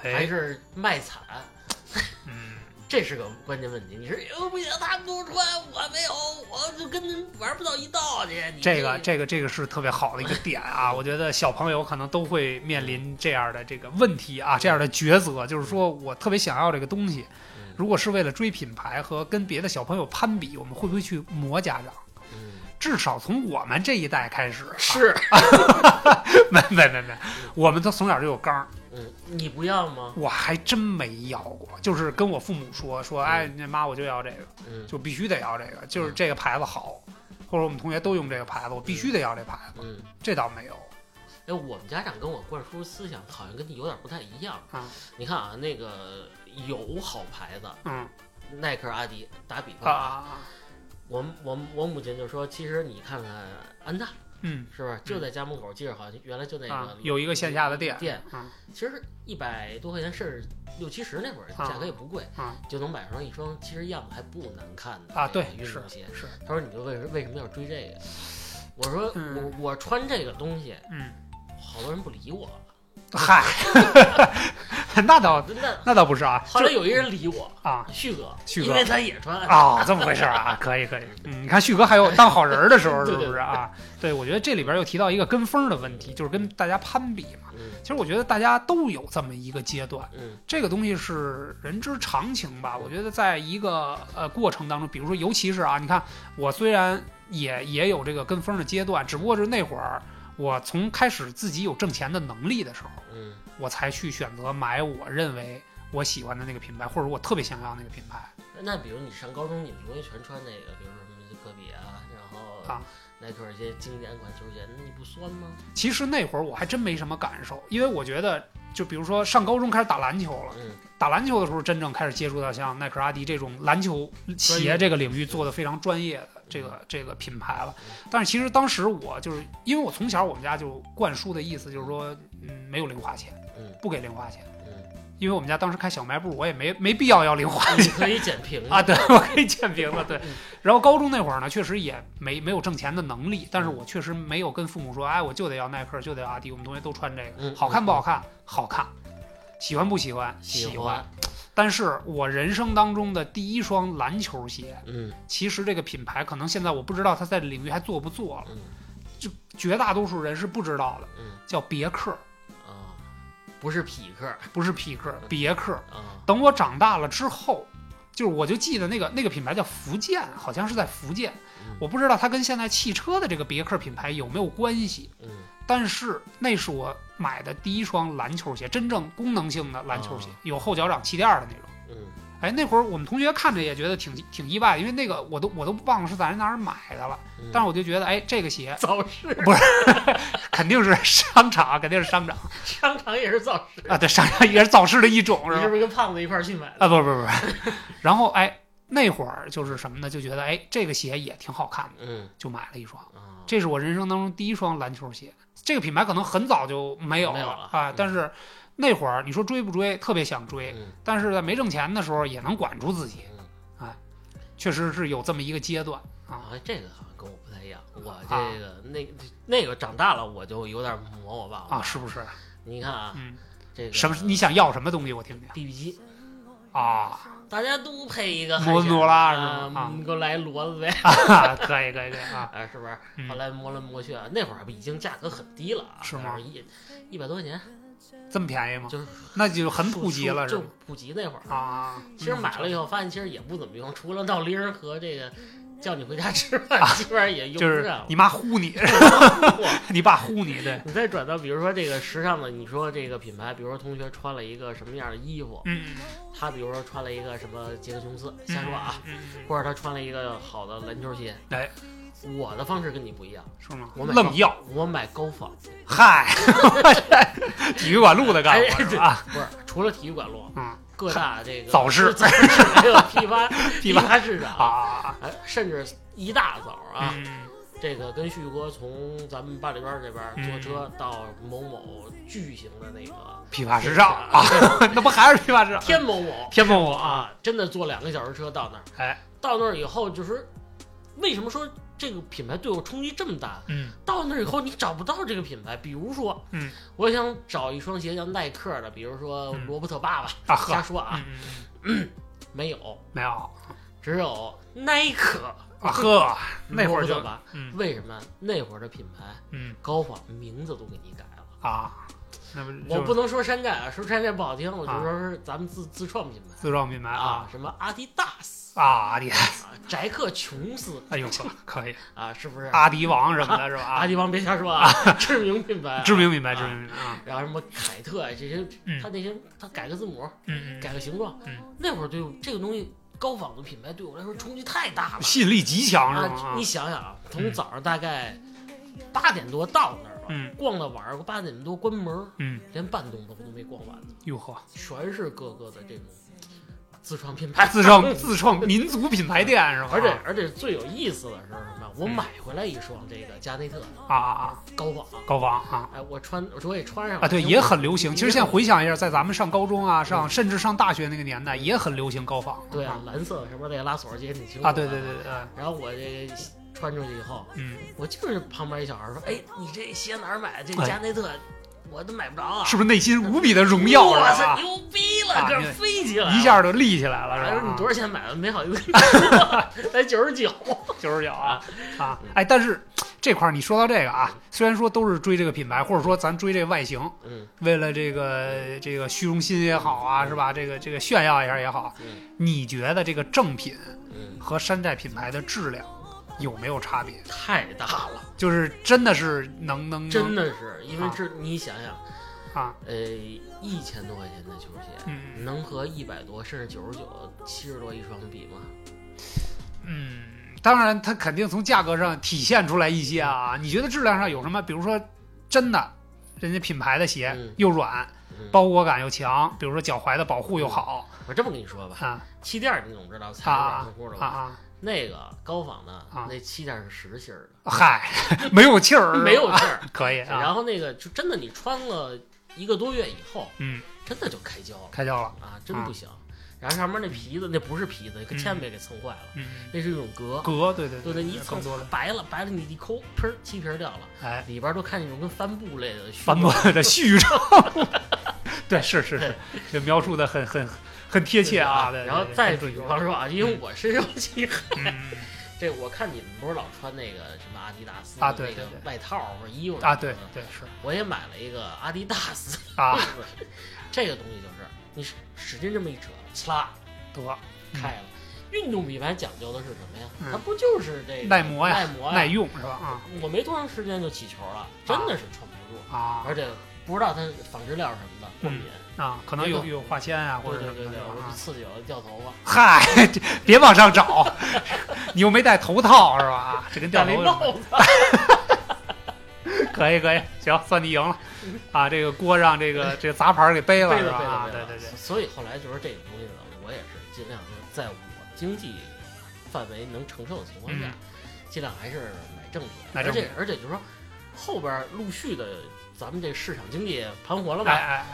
S1: 还
S2: 哎，
S1: 是卖惨？
S2: 嗯。
S1: 这是个关键问题。你是哟哎不行，他们都穿，我没有，我就跟人玩不到一道去。你
S2: 这个这个这个是特别好的一个点啊！我觉得小朋友可能都会面临这样的这个问题啊，这样的抉择，就是说我特别想要这个东西，
S1: 嗯
S2: 如果是为了追品牌和跟别的小朋友攀比，我们会不会去磨家长？
S1: 嗯啊
S2: 至少从我们这一代开始， (laughs)
S1: 是，
S2: 没没没没，我们都从小就有缸，
S1: 嗯，你不要吗？
S2: 我还真没要过，就是跟我父母说说，哎，那妈我就要这个，
S1: 嗯
S2: 就必须得要这个，就是这个牌子好，或者我们同学都用这个牌子，我必须得要这牌子，
S1: 嗯，
S2: 这倒没有，
S1: 哎，我们家长跟我灌输思想好像跟你有点不太一样
S2: 啊。
S1: 你看啊，那个有好牌子，
S2: 嗯
S1: 耐克、阿迪，打比
S2: 啊
S1: 方，
S2: 啊。啊
S1: 我我我母亲就说，其实你看看安踏
S2: 嗯
S1: 是不是就在家门口？记着好像原来就那
S2: 啊
S1: 个，
S2: 有一个线下的店，
S1: 店，
S2: 啊
S1: 其实一百多块钱，甚至六七十那会儿，
S2: 啊
S1: 价格也不贵，
S2: 啊
S1: 就能买上一双其实样子还不难看的
S2: 啊，
S1: 这
S2: 对
S1: 个，运
S2: 是
S1: 动鞋。
S2: 是，
S1: 他说：“你就为为什么要追这个？”我说：“
S2: 嗯
S1: 我我穿这个东西，
S2: 嗯，
S1: 好多人不理我。
S2: 嗨， (laughs) 那 (laughs) 倒
S1: 那
S2: 那倒不是啊，
S1: 后来有一人理我， (laughs)
S2: 啊
S1: 旭哥，
S2: 旭哥
S1: 因为他也穿。
S2: 啊，这么回事
S1: (laughs)
S2: 儿啊，可以可以，嗯，你看旭哥还有当好人儿的时候
S1: 对
S2: 是
S1: 对
S2: 不是啊？对，我觉得这里边又提到一个跟风的问题，就是跟大家攀比嘛。
S1: 嗯
S2: 其实我觉得大家都有这么一个阶段，
S1: 嗯
S2: 这个东西是人之常情吧。我觉得在一个呃过程当中，比如说，尤其是啊，你看我虽然也也有这个跟风的阶段，只不过是那会儿我从开始自己有挣钱的能力的时候，
S1: 嗯
S2: 我才去选择买我认为我喜欢的那个品牌，或者我特别想要那个品牌。
S1: 那比如你上高中，你们同学全穿那个，比如说什么科比啊，然后
S2: 啊
S1: 耐克一些经典款球鞋，那你不酸吗？
S2: 其实那会儿我还真没什么感受，因为我觉得，就比如说上高中开始打篮球了，
S1: 嗯
S2: 打篮球的时候真正开始接触到像耐克、阿迪这种篮球
S1: 专业嗯
S2: 鞋这个领域做的非常专业的这个这个品牌了。但是其实当时我就是因为我从小我们家就灌输的意思就是说，嗯，没有零花钱，
S1: 嗯
S2: 不给零花钱，
S1: 嗯，
S2: 因为我们家当时开小卖部，我也没没必要要零花
S1: 你
S2: 钱。
S1: 可以
S2: (laughs)
S1: 捡瓶
S2: 啊，
S1: 子。
S2: 对，我可以建平了，对
S1: 嗯。
S2: 然后高中那会儿呢，确实也没没有挣钱的能力，但是我确实没有跟父母说，哎，我就得要耐克，就得要阿迪，我们同学都穿这
S1: 嗯
S2: 个，好看不好看？好看，喜欢不喜欢？
S1: 喜
S2: 喜
S1: 欢
S2: 欢。，但是我人生当中的第一双篮球鞋，
S1: 嗯
S2: 其实这个品牌可能现在我不知道它在领域还做不做了，
S1: 嗯
S2: 绝大多数人是不知道的，
S1: 嗯
S2: 叫别克，
S1: 啊，不是匹克
S2: 不是匹克，别克。
S1: 啊，
S2: 等我长大了之后，就是我就记得那个那个品牌叫福建，好像是在福建。
S1: 嗯
S2: 我不知道它跟现在汽车的这个别克品牌有没有关系，
S1: 嗯
S2: 但是那是我买的第一双篮球鞋，真正功能性的篮球鞋
S1: 啊，
S2: 有后脚掌气垫的那种。
S1: 嗯
S2: 哎，那会儿我们同学看着也觉得挺挺意外，因为那个我都我都忘了是在哪儿买的了。
S1: 嗯，
S2: 但是我就觉得，哎，这个鞋 (laughs)
S1: 早市
S2: 肯定是商场，肯定是
S1: (laughs)
S2: 商场
S1: 商场也是早市，
S2: 啊，对，商场也是早市的一种，
S1: 你
S2: 是
S1: 是
S2: 吧？
S1: 不是跟胖子一块儿去买的？
S2: 啊，不不不， (laughs) 然后哎，那会儿就是什么呢？就觉得哎，这个鞋也挺好看的，
S1: 嗯
S2: 就买了一双。
S1: 啊，
S2: 这是我人生当中第一双篮球鞋。这个品牌可能很早就没有
S1: 没有了
S2: 了啊
S1: 嗯，
S2: 但是那会儿你说追不追，特别想追，
S1: 嗯
S2: 但是在没挣钱的时候也能管住自己
S1: 嗯，
S2: 确实是有这么一个阶段啊。
S1: 啊，这个好像跟我不太一样，我这个那那个长大了我就有点磨我爸
S2: 啊，
S1: 了。
S2: 是不是？
S1: 你看啊，
S2: 嗯，
S1: 这个
S2: 什么？你想要什么东西？我听听
S1: BB 机，
S2: 啊，
S1: 大家都配一个
S2: 摩托罗拉是
S1: 啊
S2: 吗啊
S1: 你给我来一骡子呗，
S2: 可以可以可以啊，
S1: 啊，是不是？
S2: 嗯
S1: 后来磨来磨去啊，那会儿已经价格很低了啊，
S2: 是吗
S1: 但一一百多块钱
S2: 这么便宜吗？
S1: 就是
S2: 那就很普及了，是
S1: 就
S2: 吗？
S1: 普及那会儿。
S2: 啊，
S1: 其实
S2: 嗯
S1: 买了以后发现，其实也不怎么用，除了闹铃儿和这个叫你回家吃饭，基本上也用
S2: 就
S1: 不
S2: 是
S1: 上了。
S2: 你妈呼你，你爸呼你，对，
S1: 你再转到，比如说这个时尚的，你说这个品牌，比如说同学穿了一个什么样的衣服，
S2: 嗯，嗯
S1: 他比如说穿了一个什么杰克琼斯，瞎说啊，，
S2: 嗯嗯嗯
S1: 或者他穿了一个好的篮球鞋，
S2: 哎，
S1: 我的方式跟你不一样，
S2: 是吗？
S1: 我买
S2: 愣要，
S1: 我买高仿，
S2: 嗨， (laughs) 体育馆路的干活是吧？
S1: 不是除了体育馆路，
S2: 嗯
S1: 各 (laughs) 大这个
S2: 早市
S1: 早市还有 (laughs) 批发
S2: 批发
S1: 发市场，
S2: 啊
S1: 哎，甚至一大早啊，
S2: 嗯
S1: 这个跟旭哥从咱们八里庄这边坐车
S2: 嗯
S1: 到某某巨型的那个
S2: 批发时尚 (laughs) 啊，那不还是批发市场？
S1: 天某某
S2: 天猫啊，
S1: 啊，真的坐两个小时车到那儿。
S2: 哎，
S1: 到那儿以后，就是为什么说这个品牌对我冲击这么大？
S2: 嗯
S1: 到那儿以后，你找不到这个品牌。比如说，
S2: 嗯，
S1: 我想找一双鞋叫耐克的，比如说
S2: 嗯
S1: 罗伯特爸爸，
S2: 啊
S1: 瞎
S2: 呵，
S1: 说啊，
S2: 嗯嗯嗯
S1: 没有，
S2: 没有啊
S1: 只有耐克。
S2: 呵，那会
S1: 罗
S2: 儿
S1: 伯
S2: 就
S1: 特爸，
S2: 嗯
S1: 为什么那会儿的品牌
S2: 嗯
S1: 高仿名字都给你改了？
S2: 啊，那不
S1: 我
S2: 就
S1: 不
S2: 是
S1: 能说山寨啊，说山寨不好听，我就
S2: 啊
S1: 说是咱们自自创品牌
S2: 自创品牌
S1: 啊
S2: 啊，
S1: 什么阿迪达斯
S2: (laughs) 啊，阿迪，
S1: 啊，宅克琼斯
S2: 哎 (laughs) 呦呵，可以，
S1: 啊，是不是？
S2: 阿迪王什么的是吧？
S1: 阿
S2: 啊，
S1: 迪王别瞎说啊，知名品牌啊，
S2: 知名品牌，
S1: 啊
S2: 知名品牌啊，
S1: 然后什么凯特啊，这些，
S2: 嗯
S1: 他那些他改个字母，
S2: 嗯嗯，
S1: 改个形状，
S2: 嗯
S1: 那会儿对我这个东西高仿的品牌对我来说冲击太大了
S2: 吸引力极强是吗？
S1: 啊！
S2: 啊
S1: 你想想啊，从
S2: 嗯
S1: 早上大概八点多到那儿吧，
S2: 嗯
S1: 逛到晚上八点多关门，
S2: 嗯，
S1: 连半栋楼都没逛完呢，
S2: 哟呵，
S1: 全是各个的这种自创品牌，
S2: 自创自创民族品牌店是吧？
S1: (laughs) 而且而且最有意思的是什么？我
S2: 嗯
S1: 买回来一双这个加内特
S2: 啊啊啊，
S1: 高仿，
S2: 高仿啊。
S1: 哎，我穿我也穿上了
S2: 啊，对，
S1: 结
S2: 也
S1: 果
S2: 很流行。其实现在回想一下，在咱们上高中啊，上甚至上大学那个年代，也很流行高仿。
S1: 嗯对啊
S2: 啊，，
S1: 蓝色什么那个拉锁，记得挺清楚
S2: 啊，对对。对对，对
S1: 然后我这穿出去以后，
S2: 嗯，
S1: 我就是旁边一小孩说：“哎，你这鞋哪儿买的？这加内特，我都买不着啊！”
S2: 哎是不是内心无比的荣耀
S1: 哇
S2: 是
S1: 塞，
S2: 吧？
S1: 牛逼了，
S2: 啊
S1: 这
S2: 你
S1: 飞起来了
S2: 一。下就立起来了，
S1: 还
S2: 是
S1: 说
S2: 吧？
S1: 你多少钱买的？没好意思
S2: (laughs)
S1: 跟你说，才九十九。
S2: 九十九啊啊
S1: 嗯！
S2: 哎，但是这块儿你说到这个啊，虽然说都是追这个品牌，或者说咱追这个外形，
S1: 嗯
S2: 为了这个这个虚荣心也好啊，是吧？这个这个炫耀一下也好，
S1: 嗯
S2: 你觉得这个正品
S1: 嗯，
S2: 和山寨品牌的质量有没有差别？
S1: 太大了，
S2: 就是真的是能能
S1: 真
S2: 的
S1: 的是，因为
S2: 啊
S1: 这你想想，
S2: 啊，
S1: 呃，一千多块钱的球鞋，
S2: 嗯。嗯
S1: 能和一百多甚至九十九、七十多一双比吗？
S2: 嗯，当然，它肯定从价格上体现出来一些啊。你觉得质量上有什么？比如说，真的，人家品牌的鞋
S1: 嗯
S2: 又软，
S1: 嗯，
S2: 包裹感又强，比如说脚踝的保护又好
S1: 我这么跟你说吧，
S2: 啊
S1: 气垫儿你总知道，材料
S2: 啊
S1: 很酷的
S2: 啊
S1: 吧？
S2: 啊！
S1: 那个高仿的、
S2: 啊
S1: 那气垫是实心儿
S2: 嗨， (laughs) 没有气儿，
S1: 的， (laughs) 没有
S2: 啊
S1: 气儿。
S2: 可以 (laughs) 啊，
S1: 然后那个就真的你穿了一个多月以后，
S2: 嗯，
S1: 真的就开胶了
S2: 开胶了，
S1: 啊，真
S2: 啊
S1: 不行。然后上面那皮子那不是皮子，可千万别给蹭坏了，
S2: 嗯，
S1: 那是一种革。
S2: 革，对对
S1: 对对，
S2: 对，
S1: 你一蹭
S2: 更多的，
S1: 白了，白了你一抠，砰，漆皮儿掉了，
S2: 哎，
S1: 里边都看那种跟帆布类的絮
S2: 翻过来的
S1: (laughs)
S2: 絮长，对，是是是，这描述的很很很贴切啊。对对
S1: 然后
S2: 对
S1: 再
S2: 很
S1: 比
S2: 准确
S1: 方说啊，因为我身上气
S2: 嗯
S1: 这我看你们不是老穿那个什么阿迪达斯
S2: 啊
S1: 的
S2: 对
S1: 那
S2: 对
S1: 个
S2: 对
S1: 外套或者衣服
S2: 啊，对
S1: 什么的
S2: 对是
S1: 我也买了一个阿迪达斯 (laughs)
S2: 啊，
S1: 这个东西就是你使使劲这么一扯，呲啦
S2: 得
S1: 开了。运动品牌讲究的是什么呀？
S2: 嗯
S1: 它不就是这个
S2: 耐磨呀
S1: 耐磨
S2: 耐用是吧？啊。
S1: 我没多长时间就起球了，真的是穿不住，
S2: 啊
S1: 而且不知道它纺织料什么的过敏，
S2: 啊，可能有有化纤啊，或
S1: 对
S2: 者
S1: 对
S2: 什
S1: 对
S2: 么
S1: 对，
S2: 的
S1: 我
S2: 啊
S1: 就。刺激我掉头发，
S2: (laughs) 嗨，这别往上找， (laughs) 你又没戴头套是吧？啊这 (laughs) 跟掉
S1: 戴了
S2: 头
S1: 一
S2: 有什
S1: 帽
S2: 么
S1: 子，
S2: 可以可以，行，算你赢 (laughs) 了啊！这个锅让这个这个杂牌儿给背了
S1: 背
S2: 是
S1: 了
S2: 吧？
S1: 背了
S2: 啊
S1: 背
S2: 对
S1: 了
S2: 对对，
S1: 所以后来就是这个东西呢，我也是尽量是在我经济范围能承受的情况下，尽量还是买正品，
S2: 嗯买正
S1: 而且
S2: 品
S1: 而且就是说后边陆续的。咱们这市场经济盘活了
S2: 哎
S1: 吧？
S2: 哎，哎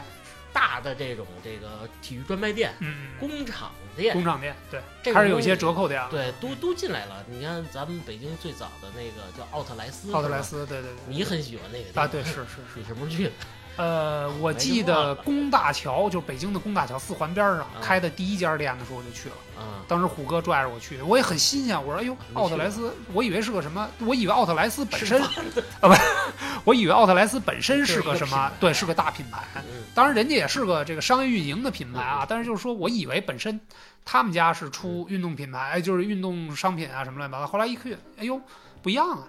S1: 大的这种这个体育专卖店、
S2: 嗯嗯，
S1: 工厂店，
S2: 工厂店对，
S1: 这个
S2: 还是有
S1: 东
S2: 一
S1: 西
S2: 些折扣点的。
S1: 对，都都进来了。你看咱们北京最早的那个叫奥特莱斯，
S2: 奥特莱
S1: 是吧，
S2: 斯，对对对
S1: 你很喜欢那个地方
S2: 啊，对，是是是。
S1: 你什么时候去的？
S2: 呃，我记得工大桥，就是北京的工大桥四环边儿上
S1: 啊
S2: 开的第一家店的时候，我就去了。
S1: 啊，
S2: 当时虎哥拽着我去，我也很新鲜。我说：“哎呦，奥特莱斯，我以为是个什么？我以为奥特莱斯本身啊，不，嗯是， (laughs) 我以为奥特莱斯本身是个什么？对，是个大品牌。
S1: 嗯，
S2: 当然，人家也是个这个商业运营的品牌啊。但是就是说我以为本身他们家是出运动品牌，哎，就是运动商品啊什么乱七八糟。后来一看，哎呦，不一样啊！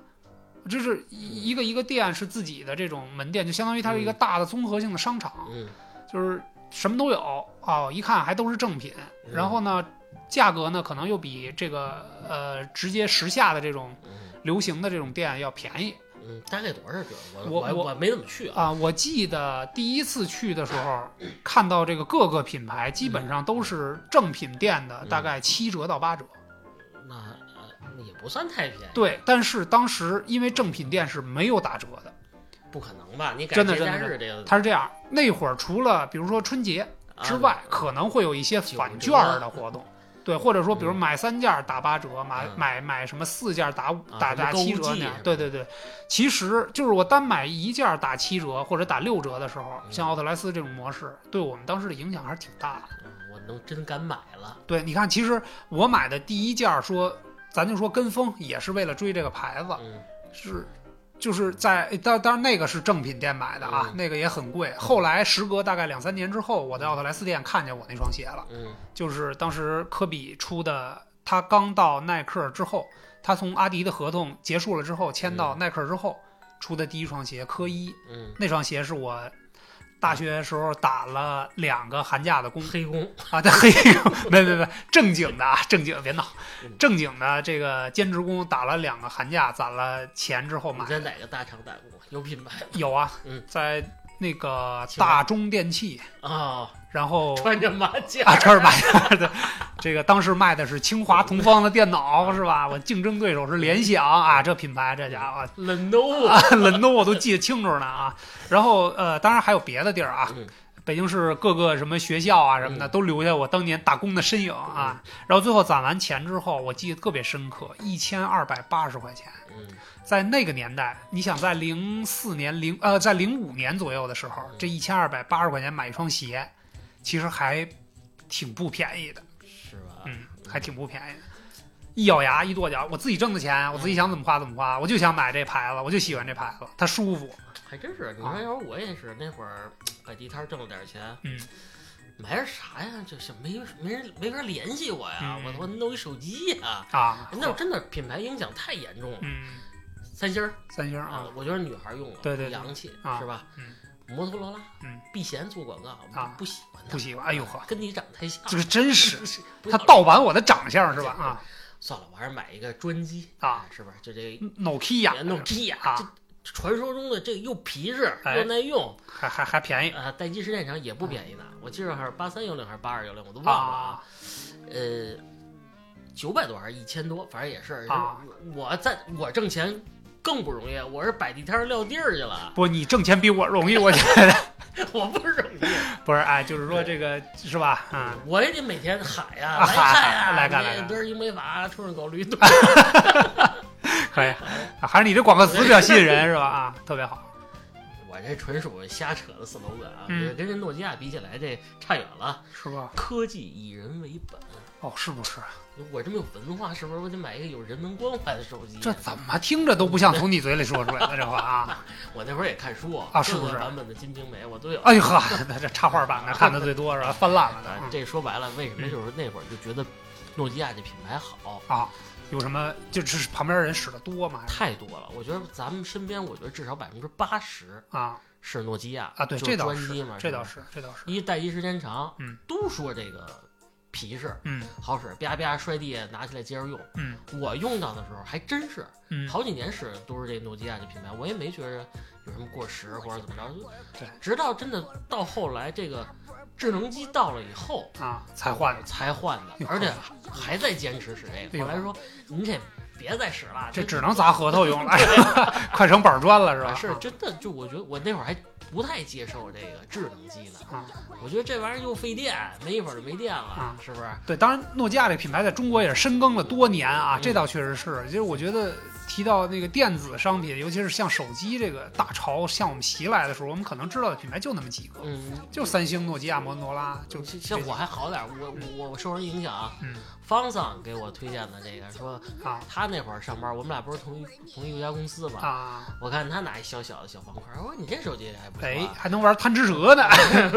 S2: 这是一一个一个店是自己的这种门店，就相当于它是一个大的综合性的商场。
S1: 嗯，
S2: 就是什么都有哦，一看还都是正品。
S1: 嗯
S2: 然后呢，价格呢可能又比这个呃直接时下的这种
S1: 嗯，
S2: 流行的这种店要便宜
S1: 嗯，大概多少折？我
S2: 我
S1: 我
S2: 我
S1: 没怎么去啊。
S2: 啊、我记得第一次去的时候，看到这个各个品牌基本上都是正品店的，
S1: 嗯
S2: 大概七折到八折。
S1: 那呃也不算太便宜，，
S2: 对，但是当时因为正品店是没有打折的，
S1: 不可能吧？你赶
S2: 真的
S1: 节假
S2: 真的
S1: 日这个
S2: 它是这样，那会儿除了比如说春节
S1: 啊
S2: 之外，可能会有一些返券儿的活
S1: (laughs)
S2: 动。对，或者说，比如
S1: 嗯
S2: 买三件儿打八折，买
S1: 嗯
S2: 买买什么四件儿打五
S1: 啊
S2: 打
S1: 什么
S2: 打
S1: 购物
S2: 七折
S1: 季
S2: 那样
S1: 是吧。
S2: 对对对，其实就是我单买一件儿打七折或者打六折的时候，
S1: 嗯
S2: 像奥特莱斯这种模式，对我们当时的影响还是挺大的。
S1: 嗯我能真敢买了，
S2: 对，你看，其实我买的第一件儿说，咱就说跟风，也是为了追这个牌子，
S1: 嗯，
S2: 是就是在当当然那个是正品店买的啊，
S1: 嗯
S2: 那个也很贵。后来时隔大概两三年之后，我在奥特莱斯店看见我那双鞋了。
S1: 嗯，
S2: 就是当时科比出的，他刚到耐克之后，他从阿迪的合同结束了之后，签到耐克之后出的第一双鞋科一，
S1: 嗯，
S2: 那双鞋是我大学时候打了两个寒假的工 (laughs)
S1: 黑工，
S2: 啊，对，嘿， (laughs) 没没没，正经的啊，正经别闹
S1: 嗯，
S2: 正经的这个兼职工打了两个寒假，攒了钱之后买
S1: 你在哪个大厂打工？有品
S2: (laughs)
S1: 牌
S2: 有啊
S1: 嗯，
S2: 在那个
S1: 请问
S2: 大中电器，
S1: 啊，
S2: 然后
S1: 穿着马甲，
S2: (laughs) 啊，这儿买的，对，这个当时卖的是清华同方的电脑是吧？我竞争对手是联想啊，这品牌这家伙啊
S1: 冷都，
S2: (laughs) 冷的我都记得清楚呢啊。然后呃，当然还有别的地儿啊，
S1: 嗯
S2: 北京市各个什么学校啊什么的
S1: 嗯
S2: 都留下我当年打工的身影啊。然后最后攒完钱之后，我记得特别深刻，一千二百八十块钱，
S1: 嗯，
S2: 在那个年代，你想在零四年零呃在零五年左右的时候，这一千二百八十块钱买一双鞋，其实还挺不便宜的。
S1: 是吧？
S2: 嗯，还挺不便宜的。一咬牙，一跺脚，我自己挣的钱，我自己想怎么花怎么花，我就想买这牌子，我就喜欢这牌子，它舒服。
S1: 还真是，你说
S2: 啊
S1: 要是我也是那会儿摆地摊儿挣了点儿钱，
S2: 嗯，
S1: 买点啥呀？就是没没人没法联系我呀，
S2: 嗯
S1: 我我弄一手机呀。
S2: 啊，
S1: 哎那会儿真的品牌影响太严重了，
S2: 嗯，
S1: 三星儿
S2: 三星儿
S1: 啊
S2: 啊，，
S1: 我觉得女孩儿用了
S2: 对对对
S1: 洋气
S2: 啊
S1: 是吧？
S2: 嗯，
S1: 摩托罗拉，
S2: 嗯，
S1: 避嫌做广告，我
S2: 啊
S1: 不喜欢它，啊
S2: 不喜欢。哎呦呵，
S1: 跟你长得太像，
S2: 这个真是
S1: 不是
S2: 它盗版我的长相是吧？啊
S1: 算了，我还是买一个专机
S2: 啊，
S1: 是吧？就这别哎弄
S2: ，Nokia
S1: 皮呀，
S2: 啊
S1: 这传说中的这个又皮实
S2: 哎
S1: 又耐用，
S2: 还还还便宜
S1: 啊，待机时间长也不便宜呢。我记着还是八三幺零还是八二幺零，我都忘了啊。
S2: 嗯啊
S1: 呃，九百多还是一千多，反正也是。
S2: 啊
S1: 我在我挣钱更不容易，我是摆地摊儿撂地儿去
S2: (laughs)
S1: 了，
S2: 不，你挣钱比我容易，我觉得
S1: 我不容易，
S2: 不是哎，就是说这个是吧？啊，
S1: 我也得每天喊呀，
S2: 啊
S1: 来看呀，
S2: 喊来看
S1: 你
S2: 来看
S1: 这儿英美法，冲上狗驴腿。
S2: 可以，啊还是你这广告词比较吸引人是吧？啊，特别好，
S1: (laughs) 我这纯属瞎扯的 slogan 啊，
S2: 嗯
S1: 这跟人诺基亚比起来，这差远了。
S2: 是吧？
S1: 科技以人为本，
S2: 哦，是不是？
S1: 我这么有文化，是不是我得买一个有人文关怀的手机？啊
S2: 这怎么听着都不像从你嘴里说出来的这话啊！
S1: 我那会儿也看书
S2: 啊是不
S1: 各
S2: 是
S1: 个版本的《金瓶梅》我都有。
S2: 哎呦呵，那 (laughs) 这插画版的看的最多是吧？翻烂了
S1: 啊，
S2: 的
S1: 这说白了，为什么就是那会儿就觉得诺基亚这品牌好？
S2: 啊，有什么就是旁边人使的多吗？还是
S1: 太多了。我觉得咱们身边，我觉得至少百分之八十
S2: 啊
S1: 是诺基亚
S2: 啊，对，
S1: 就是
S2: 这倒
S1: 专
S2: 是
S1: 机嘛，，
S2: 这倒
S1: 是吧。
S2: 是，这倒是，
S1: 一戴一时间长，
S2: 嗯，
S1: 都说这个皮实
S2: 嗯
S1: 好使，啪啪摔地下拿起来接着用。
S2: 嗯
S1: 我用到的时候还真是
S2: 嗯，
S1: 好几年使的都是这诺基亚这品牌，我也没觉着有什么过时或者怎么着。
S2: 对，
S1: 直到真的到后来这个智能机到了以后，
S2: 啊，才换的，
S1: 才换的，
S2: 哟
S1: 而且还在坚持使这
S2: 哎
S1: 个。
S2: 呦
S1: 后来说您这别再使了，
S2: 这只能砸核桃用了，哎
S1: (laughs)
S2: 快成板砖了是吧？
S1: 啊是真的，就我觉得我那会儿还不太接受这个智能机呢，
S2: 啊，
S1: 我觉得这玩意儿又费电，没一会儿就没电了
S2: 啊，
S1: 是不是？
S2: 对，当然诺基亚这品牌在中国也是深耕了多年啊，
S1: 嗯
S2: 这倒确实是。就是我觉得提到那个电子商品，尤其是像手机这个大潮向我们袭来的时候，我们可能知道的品牌就那么几个，
S1: 嗯，
S2: 就三星、诺基亚、摩托罗拉，就
S1: 其实
S2: 这
S1: 我还好点儿，我我我受人影响啊，
S2: 嗯
S1: 方桑给我推荐的这个，说
S2: 啊
S1: 他那会儿上班，我们俩不是同一同一家公司嘛，
S2: 啊，
S1: 我看他拿一小小的小方块儿，我说你这手机还不错
S2: 哎，
S1: 啊。
S2: 还能玩贪吃蛇呢，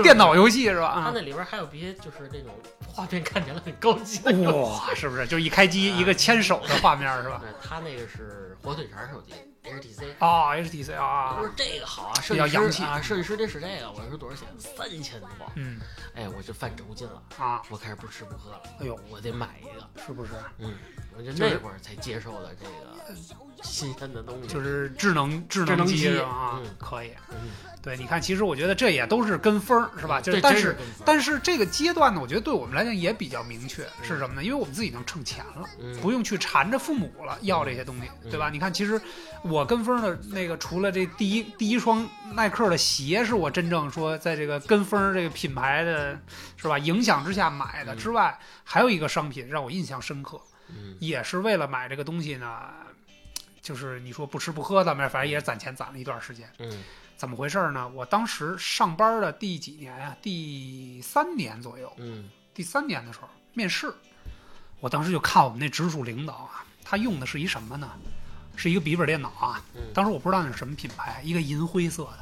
S2: 电脑游戏是吧？
S1: 他
S2: 哎啊
S1: 那里边还有别就是那种画面看起来很高级的那种，
S2: 哇，是不是就一开机一个牵手的画面是吧？
S1: 对他那个是火腿肠手机，HTC。
S2: 啊，HTC 啊
S1: 我说，这个好啊，设
S2: 比较
S1: 计师
S2: 洋气
S1: 啊，设计师得使这个。我说多少钱？三千多。
S2: 嗯
S1: 哎，我这犯轴劲了，
S2: 啊，
S1: 我开始不吃不喝了。
S2: 哎呦，
S1: 我得买一个。
S2: 是不是？
S1: 嗯，我就
S2: 就是
S1: 那会儿才接受的这个新鲜的东西。，
S2: 就是是智能智
S1: 智能
S2: 能机
S1: 机
S2: 是吧？啊
S1: 嗯，
S2: 可以。
S1: 嗯，啊
S2: 对，你看，其实我觉得这也都是跟风儿，是吧？就是，
S1: 这
S2: 但
S1: 真
S2: 是，
S1: 跟风
S2: 但是这个阶段呢，我觉得对我们来讲也比较明确，是什么呢？因为我们自己能挣钱了，
S1: 嗯
S2: 不用去缠着父母了，要这些东西，对吧？你看，其实我跟风儿的那个，除了这第一第一双耐克的鞋是我真正说在这个跟风儿这个品牌的，是吧？影响之下买的
S1: 嗯
S2: 之外，还有一个商品让我印象深刻，
S1: 嗯
S2: 也是为了买这个东西呢，就是你说不吃不喝的，反正也是攒钱攒了一段时间。
S1: 嗯
S2: 怎么回事呢？我当时上班的第几年呀、第三年左右，
S1: 嗯
S2: 第三年的时候面试，我当时就看我们那直属领导啊，他用的是一什么呢？是一个笔记本电脑啊。
S1: 嗯
S2: 当时我不知道那是什么品牌，一个银灰色的。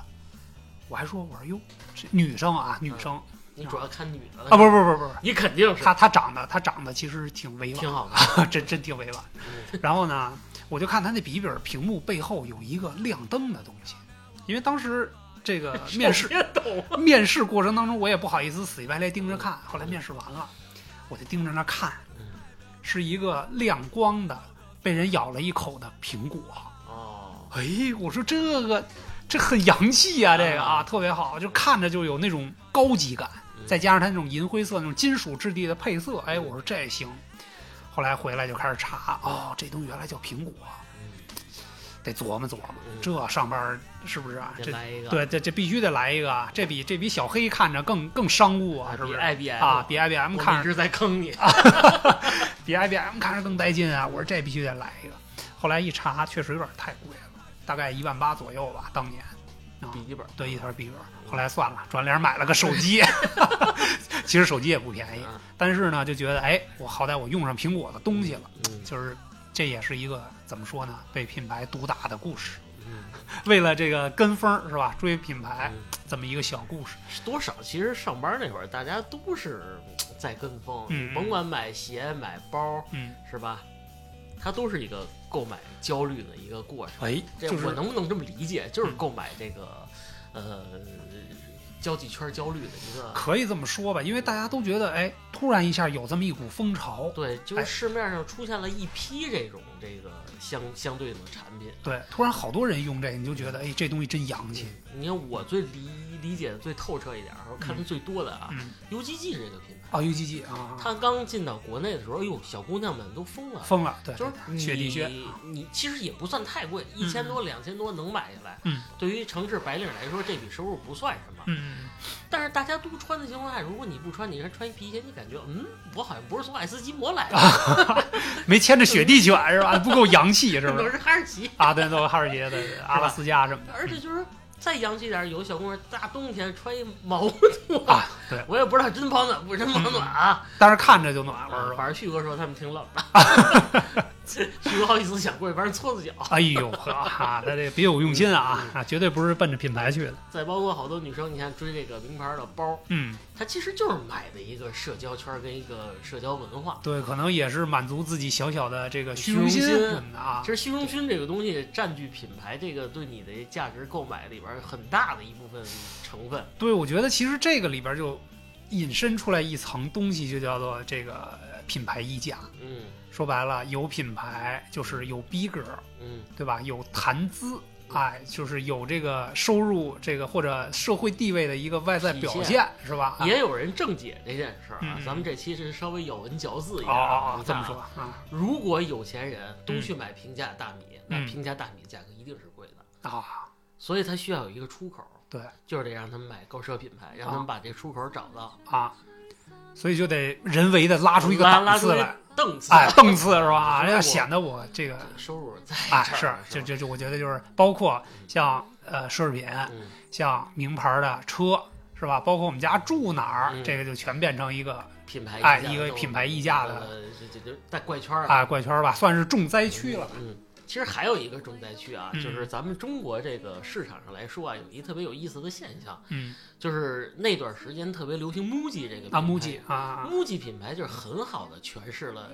S2: 我还说我说哟，这女生啊，女生
S1: 你主要看女的
S2: 啊，
S1: 了，
S2: 不是不是不是不是，
S1: 你肯定嗯是
S2: 她她长得她长得其实挺委婉
S1: 挺嗯好的。
S2: 啊，真真挺委婉。然后呢，我就看他那笔记本屏幕背后有一个亮灯的东西，因为当时
S1: (laughs)
S2: 这个面试
S1: 别懂。
S2: 面试过程当中，我也不好意思死乞白赖盯着看。后来面试完了，我就盯着那看，
S1: 嗯
S2: 是一个亮光的，被人咬了一口的苹果。
S1: 哦，
S2: 哎，我说这个这很洋气啊，这个啊
S1: 啊
S2: 特别好，就看着就有那种高级感，
S1: 嗯
S2: 再加上它那种银灰色那种金属质地的配色，哎，我说这行。后来回来就开始查，哦，这东西原来叫苹果，
S1: 嗯
S2: 得琢磨琢磨
S1: 嗯，
S2: 这上班儿是不是啊？
S1: 再
S2: 这
S1: 来一个，
S2: 对，这这必须得来一个啊，这比这比小黑看着更更商务
S1: 啊，
S2: 啊，是不
S1: 比
S2: 是？
S1: IBM
S2: 啊，比
S1: 我
S2: IBM
S1: 一
S2: 看啊着
S1: 直在坑你。
S2: 比 IBM 看着更带劲啊！我说这必须得来一个。后来一查，确实有点太贵了，大概一万八左右吧，当年。啊，
S1: 笔记本，
S2: 对，一台笔记本。后来算了，转脸买了个手 (laughs) 机，其实手机也不便宜，
S1: 啊
S2: 但是呢，就觉得哎，我好歹我用上苹果的东西了，
S1: 嗯
S2: 就是这也是一个怎么说呢，被品牌毒打的故事。
S1: 嗯，
S2: 为了这个跟风儿是吧，追品牌
S1: 嗯
S2: 这么一个小故事。
S1: 多少其实上班那会儿，大家都是嗯在跟风，
S2: 嗯
S1: 甭管买鞋、买包，
S2: 嗯，
S1: 是吧？它都是一个购买焦虑的一个过程。
S2: 哎，
S1: 这
S2: 就是
S1: 我能不能这么理解？就是购买这个，呃，交际圈焦虑的一个。
S2: 可以这么说吧，因为大家都觉得，哎，突然一下有这么一股风潮，
S1: 对，就是
S2: 哎
S1: 市面上出现了一批这种这个相相对应的产品。
S2: 对，突然好多人用这，个，你就觉得，哎，这东西真洋气。
S1: 你看我最理理解的最透彻一点儿，我看的最多的啊
S2: 嗯，
S1: ，UGG 这个品牌，
S2: 啊，UGG 啊，
S1: 它刚进到国内的时候，哟，小姑娘们都疯了，
S2: 疯了，对，嗯
S1: 就是你
S2: 雪地靴，
S1: 你其实也不算太贵，一千多、两千多能买下来。
S2: 嗯，
S1: 对于城市白领来说，这笔收入不算什么。
S2: 嗯，
S1: 但是大家都穿的情况下，如果你不穿，你还穿一皮鞋，你感觉嗯，我好像不是从爱斯基摩来的，
S2: 啊没牵着雪地犬是 (laughs) 吧？不够洋气是不
S1: 我
S2: 是？
S1: 是哈士奇。
S2: 啊，对，对，哈士奇，对对，阿拉斯加什 (laughs) 么的
S1: 而且就是再洋气点儿，有小姑娘大冬天穿一毛 (laughs)
S2: 嗯啊，对，
S1: 我也不知道真保暖不真保暖啊。
S2: 但是看着就暖和
S1: 啊
S2: 是吧？ (laughs)
S1: 反正旭哥说他们挺冷的，虚荣好几次想过去把人搓搓脚，
S2: 哎呦呵，啊他这别有用心啊，啊，绝对不是奔着品牌去的。
S1: 再包括好多女生，你看追这个名牌的包，
S2: 嗯，
S1: 它其实就是买的一个社交圈跟一个社交文化。
S2: 对，可能也是满足自己小小的这个
S1: 虚
S2: 虚荣
S1: 荣
S2: 心
S1: 心
S2: 什么的啊
S1: 其。实虚荣心这个东西占据品牌这个对你的价值购买里边儿很大的一部分成分。
S2: 对，我觉得其实这个里边就引申出来一层东西，就叫做这个品牌溢价。
S1: 嗯
S2: 说白了，有品牌就是有逼格，
S1: 嗯
S2: 对吧？有谈资，哎，就是有这个收入，这个或者社会地位的一个外在表
S1: 体
S2: 现，是吧？啊
S1: 嗯也有人正解这件事儿啊，
S2: 嗯
S1: 咱们这期是稍微咬文嚼字一点
S2: 哦
S1: 儿啊。
S2: 哦哦
S1: 你，
S2: 这
S1: 看啊
S2: 么说，啊
S1: 如果有钱人都去买平价大米，
S2: 嗯
S1: 那平价大米价格一定是贵的，
S2: 啊，
S1: 所以它需要有一个出口。
S2: 对，
S1: 就是得让他们买高奢品牌，让他们把这出口找到，
S2: 啊，所以就得人为的拉出一个
S1: 拉
S2: 档
S1: 拉出
S2: 次来，
S1: 一档次。
S2: 哎， (laughs) 档次是吧？
S1: 我
S2: (laughs) 要显得我这个，
S1: 收入在
S2: 哎，
S1: 这
S2: 是
S1: 儿，
S2: 这
S1: 吧
S2: 这这，我觉得就是包括像呃奢侈品，
S1: 嗯
S2: 像名牌的车，是吧？包括我们家住哪儿，
S1: 嗯
S2: 这个就全变成一个
S1: 品牌
S2: 哎
S1: 溢价
S2: 一个
S1: 都
S2: 品牌溢价的
S1: 呃这这这在怪圈儿啊。
S2: 啊怪圈儿吧，算是重灾区了。
S1: 嗯，其实还有一个重灾区啊，
S2: 嗯
S1: 就是咱们中国这个市场上来说啊，有一特别有意思的现象，
S2: 嗯，
S1: 就是那段时间特别流行 MUJI 这个
S2: 啊，木
S1: 品牌
S2: 吉啊，
S1: MUJI 品牌就是很好的诠释了，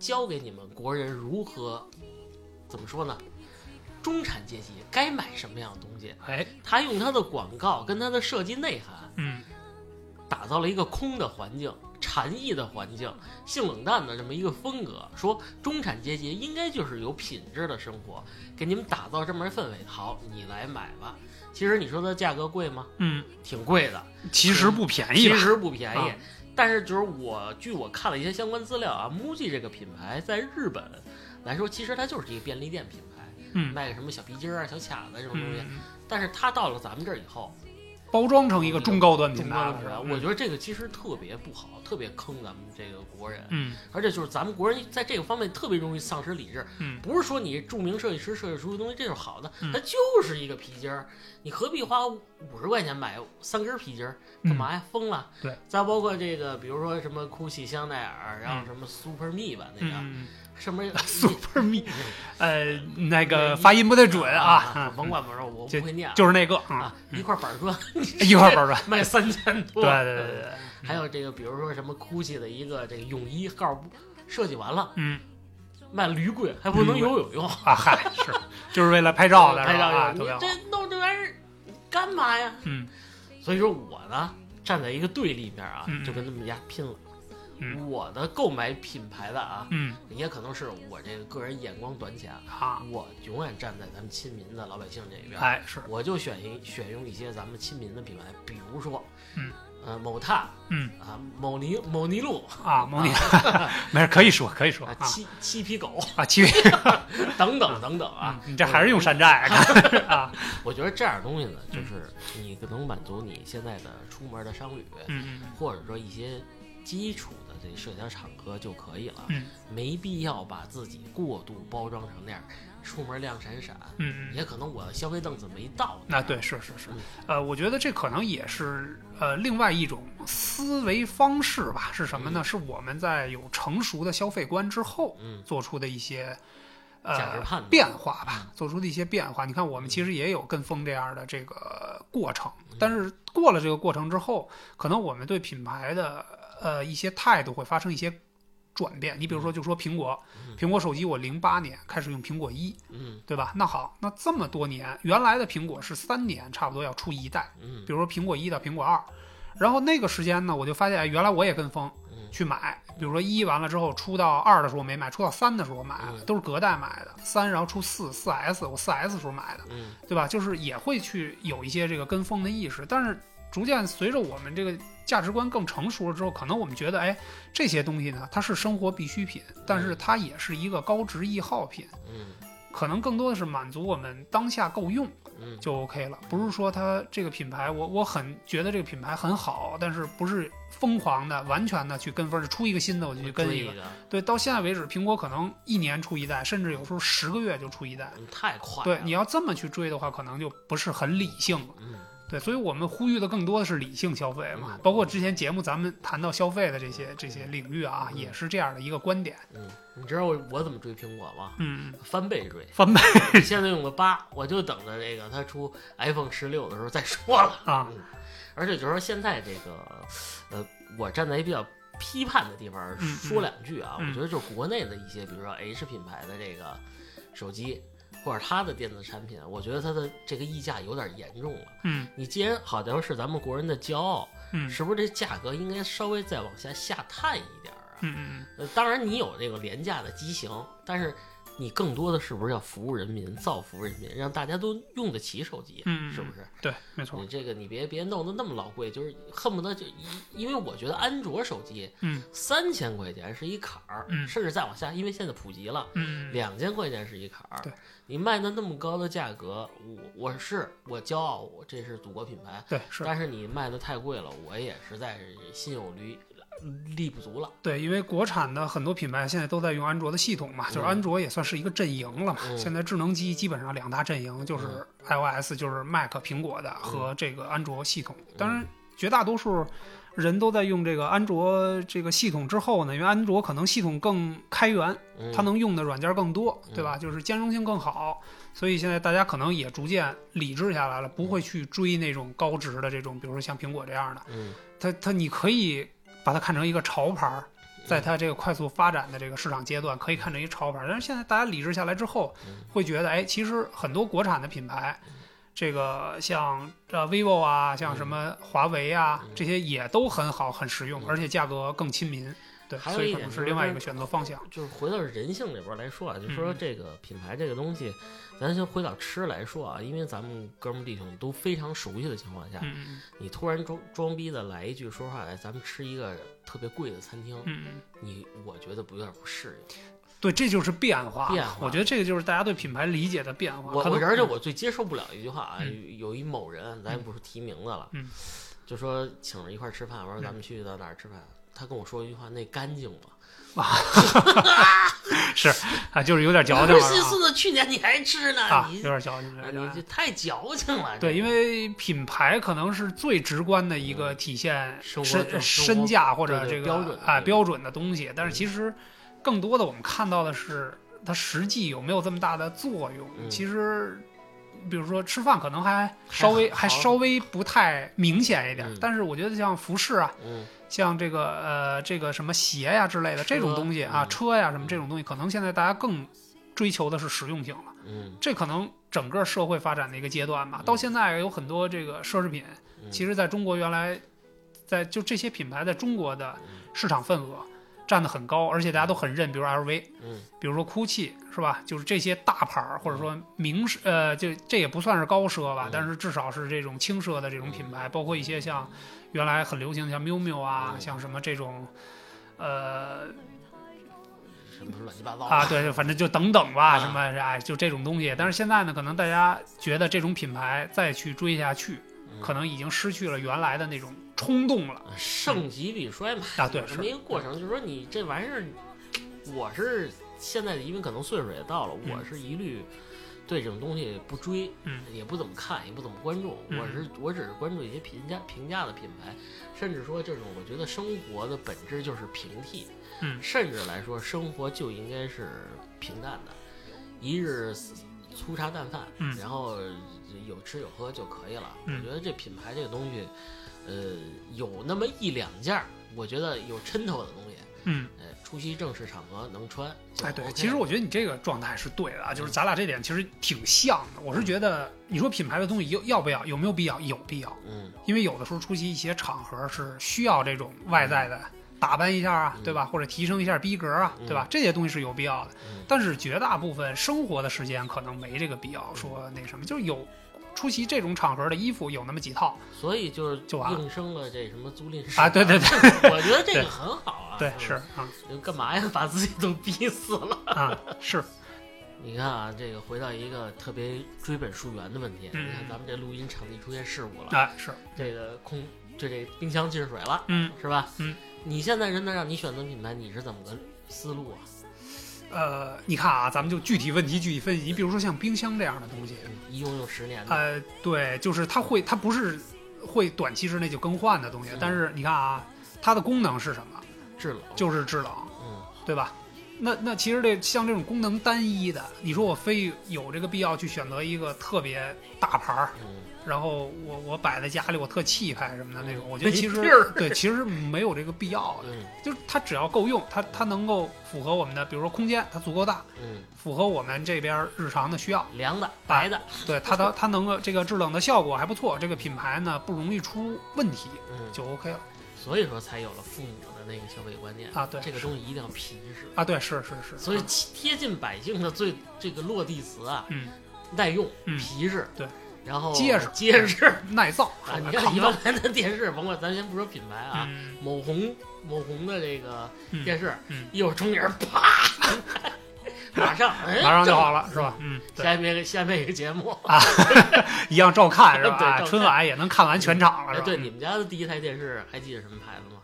S1: 教给你们国人如何怎么说呢？中产阶级该买什么样的东西？
S2: 哎，
S1: 他用他的广告跟他的设计内涵，
S2: 嗯，
S1: 打造了一个空的环境、禅意的环境、性冷淡的这么一个风格，说中产阶级应该就是有品质的生活，给你们打造这么一氛围。好，你来买吧。其实你说它价格贵吗？
S2: 嗯，
S1: 挺贵的，
S2: 其实不便宜
S1: 其
S2: 吧？
S1: 实不便宜
S2: 啊。
S1: 但是就是我据我看了一些相关资料啊，MUJI 这个品牌在日本来说，其实它就是一个便利店品牌，
S2: 嗯
S1: 卖个什么小皮筋儿啊、小卡子这种东西。
S2: 嗯，
S1: 但是它到了咱们这儿以后，
S2: 包装成一个中高端
S1: 嗯
S2: 品
S1: 中
S2: 牌
S1: 高
S2: 了，嗯
S1: 品
S2: 是
S1: 牌，
S2: 吧？
S1: 我觉得这个其实特别不好，特别坑咱们这个国人。
S2: 嗯
S1: 而且就是咱们国人在这个方面特别容易丧失理智，
S2: 嗯
S1: 不是说你著名设计师设计出的东西这就是好的
S2: 嗯，
S1: 它就是一个皮筋儿，你何必花五十块钱买三根皮筋儿？干嘛呀？疯了！
S2: 嗯对，
S1: 再包括这个，比如说什么 GUCCI、香奈儿，然
S2: 嗯
S1: 后什么 Super Me 吧，那个
S2: 嗯
S1: 什
S2: (laughs)
S1: 么
S2: ，Super Me，呃，那个
S1: 嗯
S2: 发音不太准
S1: 啊
S2: 啊，，
S1: 甭
S2: 嗯
S1: 管甭管，我
S2: 就
S1: 不会念啊，
S2: 就是那个
S1: 啊
S2: 啊，，
S1: 一块板砖
S2: 一块
S1: (laughs)
S2: 包装，
S1: 卖三千多，
S2: 对对对对，对，
S1: 还有这个，比如说什么 GUCCI 的一个这个泳衣号设计完了
S2: 嗯
S1: 卖驴贵，还不能游泳用。
S2: 啊，嗨，是，就是为了拍
S1: (laughs)
S2: 照的，
S1: 拍
S2: 是
S1: 照
S2: 吧？啊
S1: 用。
S2: 特
S1: 你
S2: 别好，
S1: 这弄这玩意儿干嘛呀？
S2: 嗯
S1: 所以说我呢，站在一个对立面啊
S2: 嗯嗯，
S1: 就跟他们家拼了。
S2: 嗯
S1: 我的购买品牌的啊，
S2: 嗯
S1: 也可能是我这个个人眼光短浅，
S2: 啊，
S1: 我永远站在咱们亲民的老百姓这一边。
S2: 哎是，
S1: 我就选一选用一些咱们亲民的品牌，比如说，
S2: 嗯，
S1: 呃，某踏
S2: 嗯
S1: 啊，某尼某尼路
S2: 啊，蒙你， (laughs) 没事，可以说可以说
S1: 啊
S2: 啊，
S1: 七七匹狗
S2: 啊， (laughs) 七月
S1: (laughs) 等等等等啊，，
S2: (laughs)
S1: 嗯
S2: 嗯你这还是用山寨看啊，
S1: 我觉得这样东西呢，就
S2: 嗯
S1: 是你能满足你现在的出门的商旅，
S2: 嗯嗯
S1: 或者说一些基础的这社交场合就可以了，
S2: 嗯
S1: 没必要把自己过度包装成那样，出门亮闪闪。
S2: 嗯嗯，
S1: 也可能我消费档次没到那
S2: 那
S1: 儿，
S2: 对是是是
S1: 嗯，
S2: 呃，我觉得这可能也是呃另外一种思维方式吧，是什么呢？是我们在有成熟的消费观之后
S1: 嗯，
S2: 做出的一些。
S1: 价值
S2: 呃，
S1: 判断
S2: 变化吧，做出的一些变化。你看，我们其实也有跟风这样的这个过程，但是过了这个过程之后，可能我们对品牌的呃一些态度会发生一些转变。你比如说，就说苹果，
S1: 嗯
S2: 苹果手机我零八年开始用苹果一，
S1: 嗯
S2: 对吧？那好，那这么多年，原来的苹果是三年差不多要出一代，
S1: 嗯
S2: 比如说苹果一到苹果二，然后那个时间呢，我就发现哎原来我也跟风
S1: 嗯
S2: 去买，比如说一完了之后出到二的时候没买，出到三的时候买了，
S1: 嗯
S2: 都是隔代买的，三然后出四四 S，我四 S 时候买的，
S1: 嗯
S2: 对吧？就是也会去有一些这个跟风的意识，但是逐渐随着我们这个价值观更成熟了之后，可能我们觉得，哎，这些东西呢，它是生活必需品，但是它也是一个高值易耗品，
S1: 嗯
S2: 可能更多的是满足我们当下够用。
S1: 嗯，
S2: 就 OK 了。不是说它这个品牌，我我很觉得这个品牌很好，但是不是疯狂的、完全的去跟风，出一个新的我就去跟
S1: 追
S2: 一
S1: 一
S2: 个。
S1: 个，
S2: 对，到现在为止，苹果可能一年出一代，甚至有时候十个月就出一代。
S1: 嗯太快了，
S2: 对，你要这么去追的话，可能就不是很理性了。
S1: 嗯，
S2: 对，所以我们呼吁的更多的是理性消费嘛
S1: 嗯，
S2: 包括之前节目咱们谈到消费的这些这些领域啊，
S1: 嗯
S2: 也是这样的一个观点。
S1: 嗯，你知道我我怎么追苹果吗？
S2: 嗯，
S1: 翻倍追，
S2: 翻倍
S1: (laughs) 现在用了八，我就等着这个它出 iPhone 十六的时候再说了。
S2: 啊，
S1: 嗯，而且就是说现在这个，呃，我站在一比较批判的地方
S2: 嗯
S1: 说两句啊，
S2: 嗯
S1: 我觉得就是国内的一些，比如说 H 品牌的这个手机。或者它的电子产品，我觉得它的这个溢价有点严重了。
S2: 嗯
S1: 你既然好像是咱们国人的骄傲，
S2: 嗯
S1: 是不是这价格应该稍微再往下下探一点儿啊？
S2: 嗯嗯，
S1: 呃，当然你有这个廉价的机型，但是你更多的是不是要服务人民、造福人民，让大家都用得起手机，
S2: 嗯嗯
S1: 是不是？
S2: 对，没错
S1: 你。这个你别别弄得那么老贵，就是恨不得就一，因为我觉得安卓手机
S2: 嗯
S1: 三千块钱是一坎儿，
S2: 嗯
S1: 甚至再往下，因为现在普及了。
S2: 嗯嗯
S1: 两千块钱是一坎儿
S2: 对，
S1: 你卖的那么高的价格，我我是我骄傲，我这是祖国品牌，
S2: 对是。
S1: 但是你卖的太贵了，我也实在是心有余力不足了。
S2: 对，因为国产的很多品牌现在都在用安卓的系统嘛，就是
S1: 嗯
S2: 安卓也算是一个阵营了嘛。
S1: 嗯
S2: 现在智能机基本上两大阵营，就是 iOS，就是 Mac 苹果
S1: 嗯
S2: 的和这个安卓系统。当然，绝大多数人都在用这个安卓这个系统之后呢，因为安卓可能系统更开源，
S1: 嗯、
S2: 它能用的软件更多，对吧？就是兼容性更好，所以现在大家可能也逐渐理智下来了，不会去追那种高值的这种，比如说像苹果这样的。
S1: 嗯，
S2: 它它你可以把它看成一个潮牌儿，
S1: 嗯
S2: 在它这个快速发展的这个市场阶段，可以看成一潮牌儿。但是现在大家理智下来之后
S1: 嗯，
S2: 会觉得，哎，其实很多国产的品牌，这个像呃 vivo 啊，像什么华为啊，
S1: 嗯
S2: 这些也都很好，很实用
S1: 嗯，
S2: 而且价格更亲民。对，
S1: 还有
S2: 所以
S1: 一
S2: 可
S1: 点就
S2: 能
S1: 是是
S2: 另外一
S1: 跟
S2: 个选择方向。
S1: 就是回到人性这边儿来说啊，就说
S2: 嗯
S1: 这个品牌这个东西，咱先回到吃来说啊，因为咱们哥们儿弟兄都非常熟悉的情况下，
S2: 嗯
S1: 你突然装装逼的来一句，说实话，哎，咱们吃一个特别贵的餐厅，
S2: 嗯嗯，
S1: 你我觉得不有点不适应。
S2: 对，这就是变化。
S1: 变化
S2: 我觉得这个就是大家对品牌理解的变化。
S1: 我
S2: 可
S1: 我
S2: 能
S1: 这而且我最接受不了一句话啊，
S2: 嗯
S1: 有有一某人，咱也不是提名字了，
S2: 嗯
S1: 就说请着一块儿吃饭，我说
S2: 嗯
S1: 咱们去到哪儿吃饭，他跟我说一句话，那干净
S2: (laughs)
S1: 吗？
S2: 是 (laughs) 啊，就是有点矫情
S1: 不
S2: 了
S1: 是
S2: 啊
S1: 孙子，去年你还吃呢，
S2: 啊，有
S1: 你
S2: 点矫情。有点矫
S1: 你
S2: 情
S1: 这太矫情了。
S2: 对，
S1: 这
S2: 因为品牌可能是最直观的一个
S1: 嗯
S2: 体现
S1: 生活
S2: 身
S1: 生活
S2: 身价或者
S1: 对对
S2: 这个
S1: 标准的
S2: 啊
S1: 对
S2: 标准的东西，但是
S1: 嗯
S2: 其实更多的我们看到的是它实际有没有这么大的作用。
S1: 嗯
S2: 其实，比如说吃饭可能还稍微
S1: 还
S2: 还
S1: 好
S2: 稍微不太明显一点，
S1: 嗯
S2: 但是我觉得像服饰啊，
S1: 嗯
S2: 像这个呃这个什么鞋呀之类的这种
S1: 车
S2: 东西啊，
S1: 嗯
S2: 车呀什么这种东西，可能现在大家更追求的是实用性了。
S1: 嗯，
S2: 这可能整个社会发展的一个阶段吧。
S1: 嗯
S2: 到现在有很多这个奢侈品，
S1: 嗯
S2: 其实在中国原来在就这些品牌在中国的
S1: 嗯
S2: 市场份额占得很高，而且大家都很认，比如 LV，
S1: 嗯
S2: 比如说 GUCCI 是吧？就是这些大牌儿或者说名奢呃，就这也不算是高奢吧
S1: 嗯，
S2: 但是至少是这种轻奢的这种品牌，包括一些像原来很流行的像 miu miu 啊，
S1: 嗯
S2: 像什么这种。呃
S1: 什么乱七八糟
S2: 啊，对，反正就等等吧，
S1: 啊
S2: 什么哎，就这种东西。但是现在呢，可能大家觉得这种品牌再去追下去，
S1: 嗯
S2: 可能已经失去了原来的那种冲动了
S1: 盛极必衰嘛。
S2: 啊。对，
S1: 这么
S2: 是
S1: 一个过程，就是说你这玩意儿，我是现在因为可能岁数也到了，
S2: 嗯
S1: 我是一律对这种东西不追，
S2: 嗯
S1: 也不怎么看，也不怎么关注。
S2: 嗯
S1: 我是我只是关注一些平价平价的品牌，甚至说这种我觉得生活的本质就是平替，
S2: 嗯
S1: 甚至来说生活就应该是平淡的，一日粗茶淡饭，
S2: 嗯
S1: 然后有吃有喝就可以了。
S2: 嗯
S1: 我觉得这品牌这个东西，呃，有那么一两件儿，我觉得有抻头的东西，
S2: 嗯，
S1: 呃，出席正式场合能穿。就
S2: 哎，对，
S1: OK
S2: 其实我觉得你这个状态是对的啊，就是咱俩这点其实挺像的。我是觉得你说品牌的东西要要不要，有没有必要？有必要，
S1: 嗯
S2: 因为有的时候出席一些场合是需要这种外在的打扮一下啊，
S1: 嗯
S2: 对吧？或者提升一下逼格啊，对吧？这些东西是有必要的。
S1: 嗯
S2: 但是绝大部分生活的时间可能没这个必要
S1: 嗯
S2: 说那什么，就是有出席这种场合的衣服有那么几套，
S1: 所以就是
S2: 就完了
S1: 应生了这什么租赁市
S2: 啊对对
S1: 对， (laughs) 我觉得这个
S2: (laughs) 对
S1: 很好啊。
S2: 对
S1: 嗯，
S2: 是啊
S1: 就干嘛呀？把自己都逼死了。 (laughs)
S2: 啊是，
S1: 你看啊，这个回到一个特别追本溯源的问题。
S2: 嗯
S1: 你看咱们这录音场地出现事故了，
S2: 哎是，
S1: 这个空就这冰箱进水了，
S2: 嗯
S1: 是吧？
S2: 嗯，
S1: 你现在人能让你选择品牌，你是怎么个思路啊？
S2: 呃，你看啊，咱们就具体问题具体分析。你比如说像冰箱这样的东西，
S1: 嗯一用用十年的，
S2: 呃，对，就是它会，它不是会短期之内就更换的东西
S1: 嗯，
S2: 但是你看啊，它的功能是什么？
S1: 制冷，
S2: 就是制冷，
S1: 嗯
S2: 对吧？那那其实这像这种功能单一的，你说我非有这个必要去选择一个特别大牌儿，
S1: 嗯，
S2: 然后我我摆在家里我特气派什么的那种，我觉得
S1: 没
S2: 其实
S1: 地儿
S2: 对其实没有这个必要的，
S1: 嗯
S2: 就是它只要够用，它它能够符合我们的，比如说空间它足够大，
S1: 嗯，
S2: 符合我们这边日常的需要，
S1: 凉的、白的，
S2: 对它的它能够这个制冷的效果还不错，这个品牌呢不容易出问题
S1: 嗯，
S2: 就 OK 了
S1: 所以说才有了父母的那个消费观念。
S2: 啊，对
S1: 这个东西一定要皮实，
S2: 啊对是是是，
S1: 所以贴近百姓的最这个落地词啊，
S2: 嗯
S1: 耐用、
S2: 嗯
S1: 皮实，
S2: 对，
S1: 然后
S2: 结实嗯
S1: 结实
S2: 耐造 (laughs)
S1: 啊！你看
S2: 抗
S1: 一
S2: 造
S1: 万来的电视，甭管咱先不说品牌啊，
S2: 嗯
S1: 某红某红的这个
S2: 嗯
S1: 电视
S2: 嗯
S1: 一会儿中影儿
S2: (laughs)
S1: 啪，马上哎
S2: 马上就
S1: 正
S2: 好了是吧？嗯对
S1: 下面下面一个节目，
S2: 一样照
S1: (laughs)
S2: 看是
S1: 对照
S2: 吧？
S1: 看
S2: 春晚也能看完全场了
S1: 哎，
S2: 是吧？嗯
S1: 对，你们家的第一台电视还记得什么牌子吗？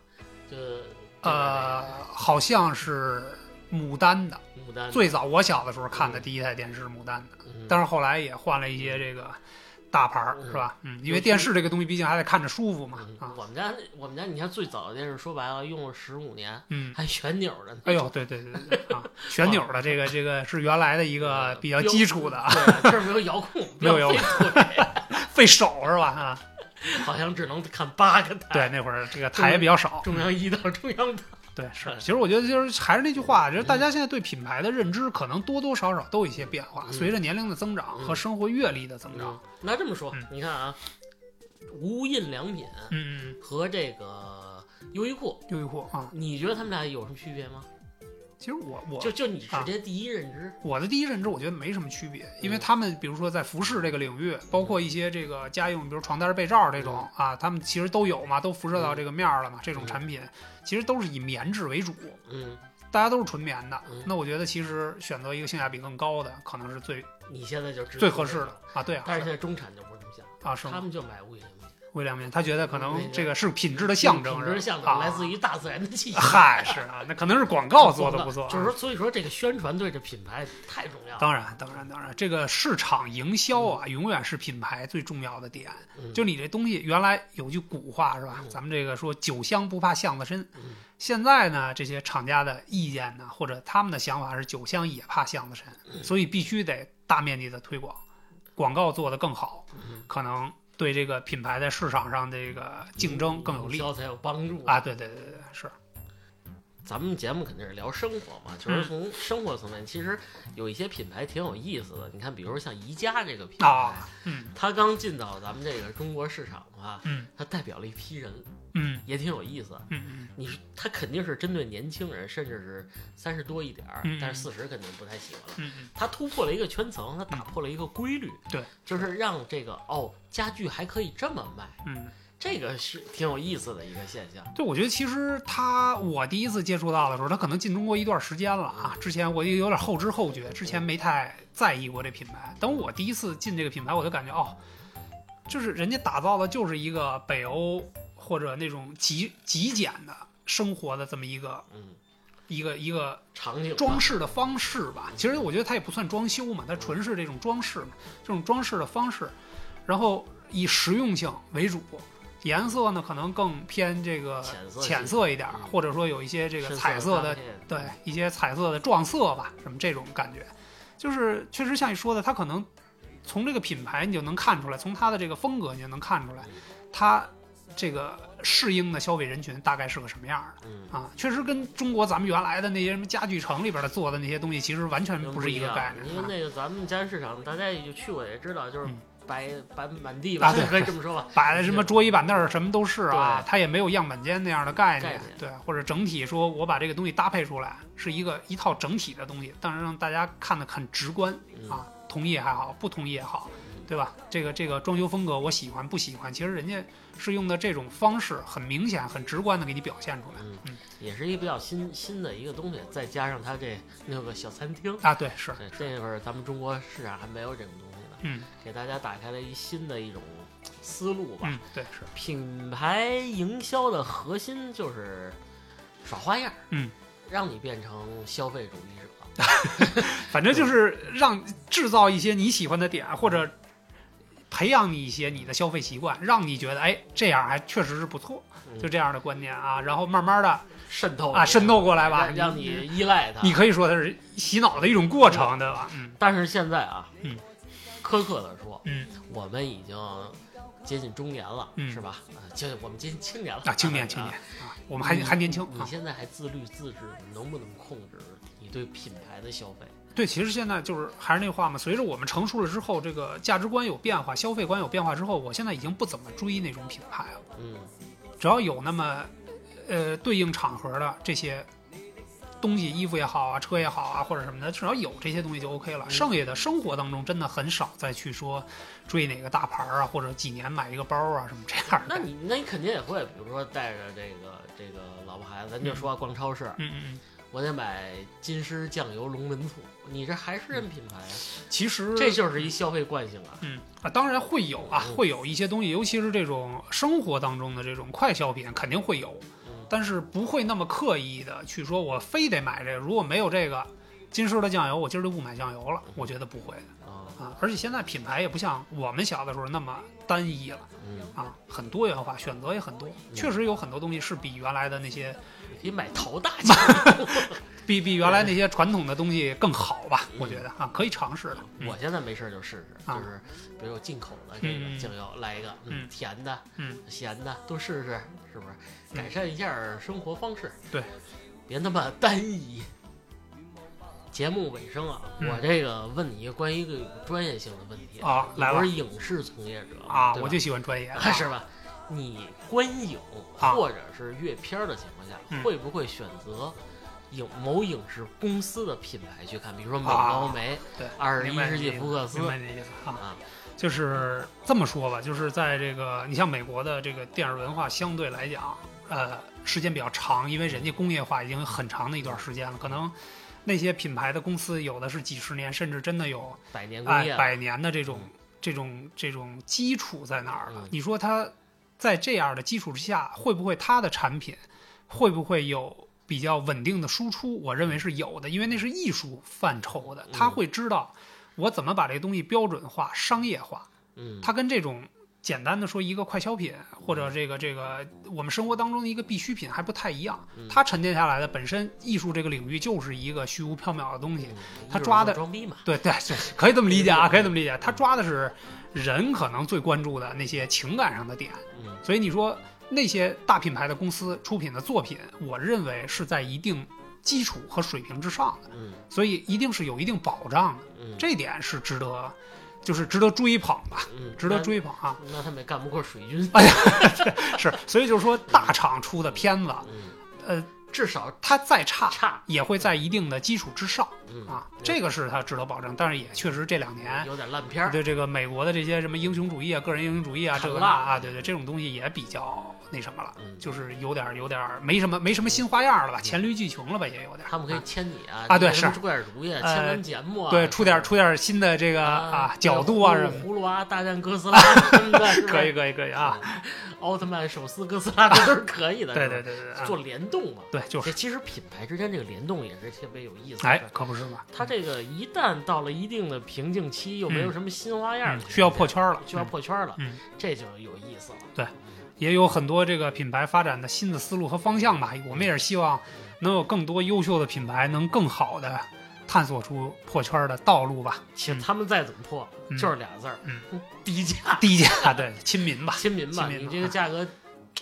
S1: 就
S2: 呃，好像是牡丹的。
S1: 这个牡丹
S2: 最早我小的时候看的第一台电视是牡丹的，
S1: 嗯
S2: 但是后来也换了一些这个大牌儿，
S1: 嗯
S2: 是吧？嗯，因为电视这个东西毕竟还得看着舒服嘛，啊
S1: 嗯，我们家我们家你看最早的电视，说白了用了十五年，
S2: 嗯。
S1: 还旋钮的呢。
S2: 哎呦，对对对对
S1: (laughs)
S2: 对啊！旋钮的这个这个是原来的一个
S1: 嗯
S2: 比较基础的啊，
S1: 呃对，这儿没有遥控，
S2: (laughs) 没有遥控
S1: 控，
S2: 费手是吧？啊，
S1: 好像只能看八个台，
S2: 对，那会儿这个台也比较少，嗯
S1: 中央一到中央台。
S2: 对是。
S1: 嗯
S2: 其实我觉得就是还是那句话，就是大家现在对品牌的认知可能多多少少都有一些变化，
S1: 嗯
S2: 随着年龄的增长
S1: 嗯
S2: 和生活阅历的增长
S1: 嗯，那这么说
S2: 嗯，
S1: 你看啊，无印良品
S2: 嗯，嗯
S1: 和这个优衣库，
S2: 嗯优衣库啊，
S1: 你觉得他们俩有什么区别吗？
S2: 其实我我啊
S1: 就就你直接第一认知，
S2: 我的第一认知，我觉得没什么区别，因为
S1: 嗯
S2: 他们比如说在服饰这个领域，包括一些这个家用，比如床单、被罩这种
S1: 嗯
S2: 啊，他们其实都有嘛，都辐射到这个面儿了嘛。这种产品其实都是以棉质为主，
S1: 嗯，
S2: 大家都是纯棉的
S1: 嗯。
S2: 那我觉得其实选择一个性价比更高的，可能是最
S1: 你现在就知道
S2: 最合适的。啊。对啊，
S1: 但是现在中产就不是这么想，
S2: 啊是
S1: 他
S2: 吗？
S1: 们就买无印良品，
S2: 微凉棉，他觉得可
S1: 那
S2: 能
S1: 个
S2: 这个是品质的象征，
S1: 品
S2: 是吧
S1: 质象征来自
S2: 啊
S1: 于大自然的气息。
S2: (laughs) 嗨是啊，那可能是广告做的不错啊。
S1: (laughs) 就是说，所以说这个宣传对这品牌太重要了。
S2: (laughs) 当然，当然，当然，这个市场营销啊，永远是品牌最重要的点。
S1: 嗯
S2: 就你这东西，原来有句古话是吧
S1: 嗯？
S2: 咱们这个说“酒香不怕巷子深
S1: 嗯”，
S2: 现在呢，这些厂家的意见呢，或者他们的想法是“酒香也怕巷子
S1: 嗯
S2: 深”，所以必须得大面积的推广，广告做得更好
S1: 嗯，
S2: 可能对这个品牌在市场上这个竞争更有利
S1: 营销才有帮助
S2: 啊！对对对对，是，
S1: 咱们节目肯定是聊生活嘛，
S2: 嗯
S1: 就是从生活层面，其实有一些品牌挺有意思的。你看，比如说像宜家这个品牌
S2: 啊，嗯
S1: 它刚进到咱们这个中国市场的话，
S2: 嗯
S1: 它代表了一批人，
S2: 嗯
S1: 也挺有意思。
S2: 嗯嗯
S1: 你是它肯定是针对年轻人，甚至是三十多一点儿
S2: 嗯，
S1: 但是四十肯定不太喜欢了。
S2: 嗯嗯，
S1: 它突破了一个圈层，它打破了一个规律，
S2: 对，
S1: 就是让这个哦，家具还可以这么卖，
S2: 嗯。
S1: 这个是挺有意思的一个现象。
S2: 对，我觉得其实他我第一次接触到的时候，他可能进中国一段时间了啊。之前我也有点后知后觉，之前没太在意过这品牌。等我第一次进这个品牌，我就感觉哦，就是人家打造的就是一个北欧或者那种极极简的生活的这么一个
S1: 嗯，
S2: 一个一个
S1: 场景吧
S2: 装饰的方式吧。其实我觉得它也不算装修嘛，它
S1: 嗯
S2: 纯是这种装饰嘛，这种装饰的方式，然后以实用性为主。颜色呢，可能更偏这个
S1: 浅色系
S2: 浅色一点儿
S1: 嗯，
S2: 或者说有一些这个
S1: 深
S2: 彩色的
S1: 搭，配
S2: 对一些彩色的撞色吧，什么这种感觉，就是确实像你说的，它可能从这个品牌你就能看出来，从它的这个风格你就能看出来，它这个适应的消费人群大概是个什么样儿的。
S1: 嗯，
S2: 啊，确实跟中国咱们原来的那些什么家具城里边的做的那些东西，其实完全不是一个概念
S1: 因为
S2: 啊。
S1: 那个咱们家市场，大家也就去过也知道，就是
S2: 嗯
S1: 白白满地吧，
S2: 啊
S1: (laughs)
S2: 对
S1: 可以这么说吧。
S2: 摆的什么桌椅板凳儿什么都是啊，
S1: 对
S2: 它也没有样板间那样的概念，
S1: 概念
S2: 对，或者整体说我把这个东西搭配出来是一个一套整体的东西，但是让大家看得很直观
S1: 嗯
S2: 啊，同意也还好，不同意也好，对吧？这个这个装修风格我喜欢不喜欢，其实人家是用的这种方式很明显、很直观的给你表现出来
S1: 嗯
S2: 嗯，
S1: 也是一个比较新新的一个东西，再加上它这六个小餐厅，
S2: 啊，对，是，
S1: 对，这会儿咱们中国市场还没有这种东西呢，
S2: 嗯
S1: 给大家打开了一新的一种思路吧。
S2: 嗯，对是，
S1: 品牌营销的核心就是耍花样，
S2: 嗯，
S1: 让你变成消费主义者。
S2: 反正就是让制造一些你喜欢的点，或者培养你一些你的消费习惯，让你觉得哎，这样还确实是不错，
S1: 嗯
S2: 就这样的观念啊。然后慢慢的
S1: 渗透
S2: 啊，渗透过来吧，
S1: 哦让让你啊依赖它。
S2: 你可以说它是洗脑的一种过程，对吧？嗯
S1: 但是现在啊，
S2: 嗯，
S1: 苛刻的说，
S2: 嗯，
S1: 我们已经接近中年了，
S2: 嗯
S1: 是吧？啊，接我们接近青年了
S2: 啊，青年
S1: 啊嗯
S2: 青年啊，我们还还年轻
S1: 你
S2: 啊。
S1: 现在还自律自制，你能不能控制你对品牌的消费？
S2: 对，其实现在就是还是那话嘛，随着我们成熟了之后，这个价值观有变化，消费观有变化之后，我现在已经不怎么追那种品牌了。
S1: 嗯，
S2: 只要有那么呃对应场合的这些东西，衣服也好啊，车也好啊，或者什么的，只要有这些东西就 OK 了。
S1: 嗯
S2: 剩下的生活当中真的很少再去说追哪个大牌儿啊，或者几年买一个包啊什么这样
S1: 那
S2: 的。
S1: 你那你肯定也会，比如说带着这个这个老婆孩子，咱就说逛超市，
S2: 嗯嗯嗯，
S1: 我得买金狮酱油龙门醋，你这还是认品牌啊？
S2: 其实
S1: 这就是一消费惯性啊。
S2: 嗯啊，当然会有啊，
S1: 嗯
S2: 会有一些东西，尤其是这种生活当中的这种快消品，肯定会有
S1: 嗯，
S2: 但是不会那么刻意的去说我非得买这个，如果没有这个金狮的酱油，我今儿就不买酱油了，我觉得不会的
S1: 啊，
S2: 啊。而且现在品牌也不像我们小的时候那么单一了
S1: 嗯，
S2: 啊，很多元化，选择也很多，确实有很多东西是比原来的那些
S1: 你可以买陶大酱。
S2: 比比原来那些传统的东西更好吧，
S1: 嗯
S2: 我觉得啊，可以尝试的。嗯
S1: 我现在没事儿就试试，
S2: 啊
S1: 就是比如有进口的这
S2: 嗯
S1: 个酱油，来一个，
S2: 嗯
S1: 甜的，
S2: 嗯，
S1: 咸的，多试试，是不是？
S2: 嗯
S1: 改善一下生活方式，
S2: 对，
S1: 别那么单一。节目尾声啊，
S2: 嗯
S1: 我这个问你一个关于一个专业性的问题
S2: 啊
S1: 你
S2: 来吧
S1: 不是影视从业者
S2: 啊，
S1: 对吧
S2: 我就喜欢
S1: (laughs)
S2: 专业，啊
S1: 是吧？你观影
S2: 啊
S1: 或者是阅片儿的情况下，
S2: 嗯
S1: 会不会选择影某影视公司的品牌去看？比如说美
S2: 啊
S1: 高梅、
S2: 对，
S1: 二十
S2: 明
S1: 一
S2: 白
S1: 世纪
S2: 你的意思
S1: 福克斯
S2: 明白你的意思啊。
S1: 啊，
S2: 就是这么说吧，就是在这个你像美国的这个电影文化相对来讲，呃，时间比较长，因为人家工业化已经很长的一段时间了，可能。那些品牌的公司有的是几十年，甚至真的有
S1: 百年工
S2: 哎
S1: 业了，
S2: 百年的这种
S1: 嗯
S2: 这种这种基础在哪儿了
S1: 嗯？
S2: 你说它在这样的基础之下，会不会它的产品会不会有比较稳定的输出？我认为是有的，因为那是艺术范畴的，他
S1: 嗯
S2: 会知道我怎么把这东西标准化、商业化。
S1: 嗯，
S2: 它跟这种简单的说一个快消品或者这个这个我们生活当中的一个必需品还不太一样
S1: 嗯，
S2: 它沉淀下来的本身艺术这个领域就是一个虚无缥缈的东西
S1: 嗯，艺
S2: 他
S1: 术
S2: 抓
S1: 就是
S2: 的
S1: 装逼嘛，
S2: 对对对，可以这么理解啊，可以这么理解，它抓的是人可能最关注的那些情感上的点，
S1: 嗯
S2: 所以你说那些大品牌的公司出品的作品，我认为是在一定基础和水平之上的，
S1: 嗯
S2: 所以一定是有一定保障的，
S1: 嗯，
S2: 这点是值得，就是值得追捧吧，
S1: 嗯
S2: 值得。追哎捧啊。 (laughs)
S1: 那那他们也干不过水军，
S2: 是，所以就是说，大厂出的片子，
S1: 嗯，
S2: 呃，
S1: 至少
S2: 它再差
S1: 差，
S2: 也会在一定的基础之上
S1: 嗯
S2: 啊，
S1: 有
S2: 这个是它值得保证。但是也确实这两年，
S1: 有点烂片儿，
S2: 对这个美国的这些什么英雄主义啊、个人英雄主义啊，这
S1: 砍
S2: 个那
S1: 烂
S2: 啊，对对，这种东西也比较那什么了，
S1: 嗯，
S2: 就是有点儿有点儿没什么没什么新花样了吧，黔驴技穷了吧，也有点儿。
S1: 他们可以
S2: 啊
S1: 签你啊
S2: 啊对是
S1: 出点主意，签
S2: 呃
S1: 咱们节目啊，
S2: 对出点儿出点儿新的这个啊角度啊什么的，
S1: 葫芦娃大战哥
S2: (laughs)
S1: 斯拉什么的，是吧嗯
S2: 可以可以可以啊，，
S1: 奥特曼手撕哥斯拉这都是可以的，
S2: 对
S1: 是吧
S2: 对对对对啊
S1: 嗯做，联动嘛，
S2: 对就是，
S1: 其实品牌之间这个联动也是特别有意思的，
S2: 哎，可不是嘛，
S1: 它这个一旦到了一定的瓶颈期，又没有什么新花样
S2: 嗯
S1: 了，
S2: 需要破圈儿了，
S1: 需要
S2: 嗯
S1: 破圈了，
S2: 嗯
S1: 这就有意思了。
S2: 对也有很多这个品牌发展的新的思路和方向吧。我们也是希望能有更多优秀的品牌，能更好的探索出破圈的道路吧。
S1: 其实他们再怎么破，
S2: 嗯
S1: 就是俩字儿，
S2: 嗯
S1: (laughs) 低价、
S2: 低价对亲民吧，
S1: 亲民吧。
S2: 亲民
S1: 你
S2: 吧啊嗯
S1: 这个价格，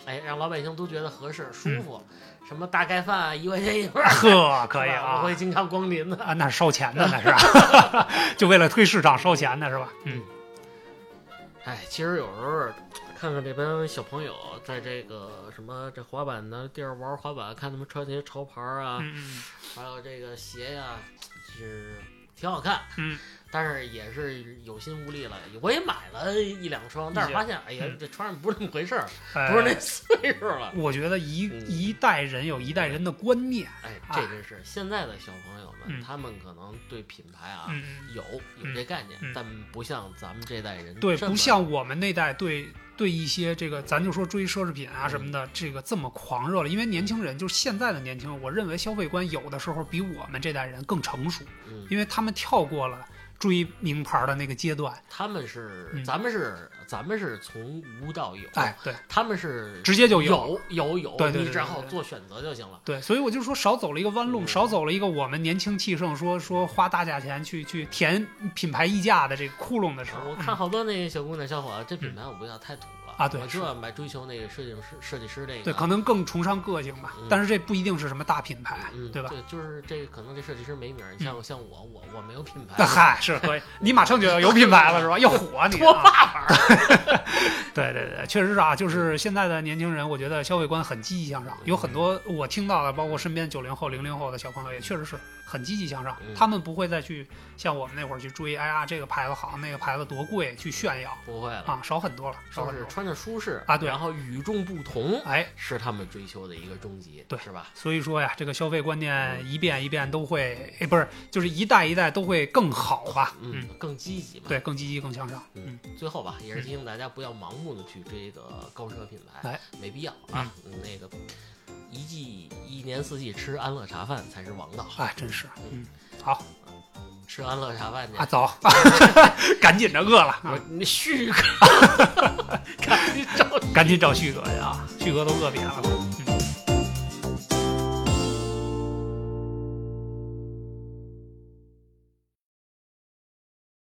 S1: 哎，让老百姓都觉得合适、舒服。什么大盖饭啊，一块钱一份儿，
S2: 呵，可以
S1: 是 (laughs) 吧我
S2: 啊
S1: 会经常光临的。
S2: 啊，那是烧钱的，那是、啊
S1: (laughs)
S2: 就为了推市场烧钱的是吧？嗯
S1: 哎，其实有时候看看这帮小朋友在这个什么这滑板的地儿玩滑板，看他们穿这些潮牌儿啊，
S2: 嗯嗯
S1: 还有这个鞋呀、是挺好看。
S2: 嗯，
S1: 但是也是有心无力了，我也买了一两双，但是发现，哎呀，
S2: 嗯
S1: 这穿上不是那么回事儿，
S2: 呃
S1: 不是那岁数了。
S2: 我觉得一
S1: 嗯
S2: 一代人有一代人的观念，
S1: 哎，
S2: 哎
S1: 这真是现在的小朋友们，
S2: 嗯
S1: 他们可能对品牌啊
S2: 嗯，嗯
S1: 有有这概念
S2: 嗯，
S1: 但不像咱们这代人这么，
S2: 对，不像我们那代对对一些这个咱就说追奢侈品
S1: 嗯
S2: 啊什么的，这个这么狂热了，因为年轻人就是现在的年轻人，我认为消费观有的时候比我们这代人更成熟，
S1: 嗯，
S2: 因为他们跳过了追名牌的那个阶段，
S1: 他们是，
S2: 嗯
S1: 咱们是，咱们是从无到有，
S2: 哎，对
S1: 他们是
S2: 直接就有
S1: 有有有，
S2: 对对对
S1: 你
S2: 对
S1: 只好
S2: 对
S1: 做选择就行了。
S2: 对，所以我就说少走了一个弯路，
S1: 嗯
S2: 少走了一个我们年轻气盛说说花大价钱去去填品牌溢价的这个窟窿的时
S1: 啊
S2: 候，嗯
S1: 我看好多那个小姑娘、小伙子，这品牌我不要太土了
S2: 啊对
S1: 我
S2: 是
S1: 就要买追求那个设计师、设计师那个。啊
S2: 对，可能更崇尚个性吧
S1: 嗯，
S2: 但是这不一定是什么大品牌，
S1: 嗯，
S2: 对吧？嗯
S1: 对，就是这可能这设计师没名儿，你像我像我，我我没有品牌 (laughs)
S2: 那，嗨，是可以， (laughs) 你马上就要有品牌了是吧？要火你
S1: 托
S2: 啊！
S1: 爸爸儿。
S2: (laughs) 对对对，确实是啊，就是现在的年轻人，我觉得消费观很积极向上，有很多
S1: 嗯
S2: 我听到的，包括身边九零后、零零后的小朋友，也确实是很积极向上
S1: 嗯，
S2: 他们不会再去像我们那会儿去追，哎呀这个牌子好，那个牌子多贵，去炫耀
S1: 不会了，
S2: 啊，少很多了，少
S1: 就
S2: 很
S1: 是
S2: 多。
S1: 穿着舒适
S2: 啊对
S1: 然后与众不同
S2: 哎，
S1: 是他们追求的一个终极，
S2: 对
S1: 是吧？
S2: 所以说呀，这个消费观
S1: 嗯
S2: 念一遍一遍都会，哎，不是，就是一代一代都会更好吧？
S1: 嗯，，更积极嘛。
S2: 对，更积极、更向上。嗯，
S1: 最后吧，也是提醒大家不要盲目的去追这个高奢品牌，
S2: 哎
S1: 没必要啊。嗯那个一季一年四季吃安乐茶饭才是王道，
S2: 哎，真是，嗯，
S1: 吃安乐茶饭去
S2: 啊，。走， (laughs) 赶紧着饿了
S1: 我
S2: 啊，
S1: 你 (laughs) 续个，赶紧找
S2: 赶紧找旭哥去啊，旭哥都饿瘪了。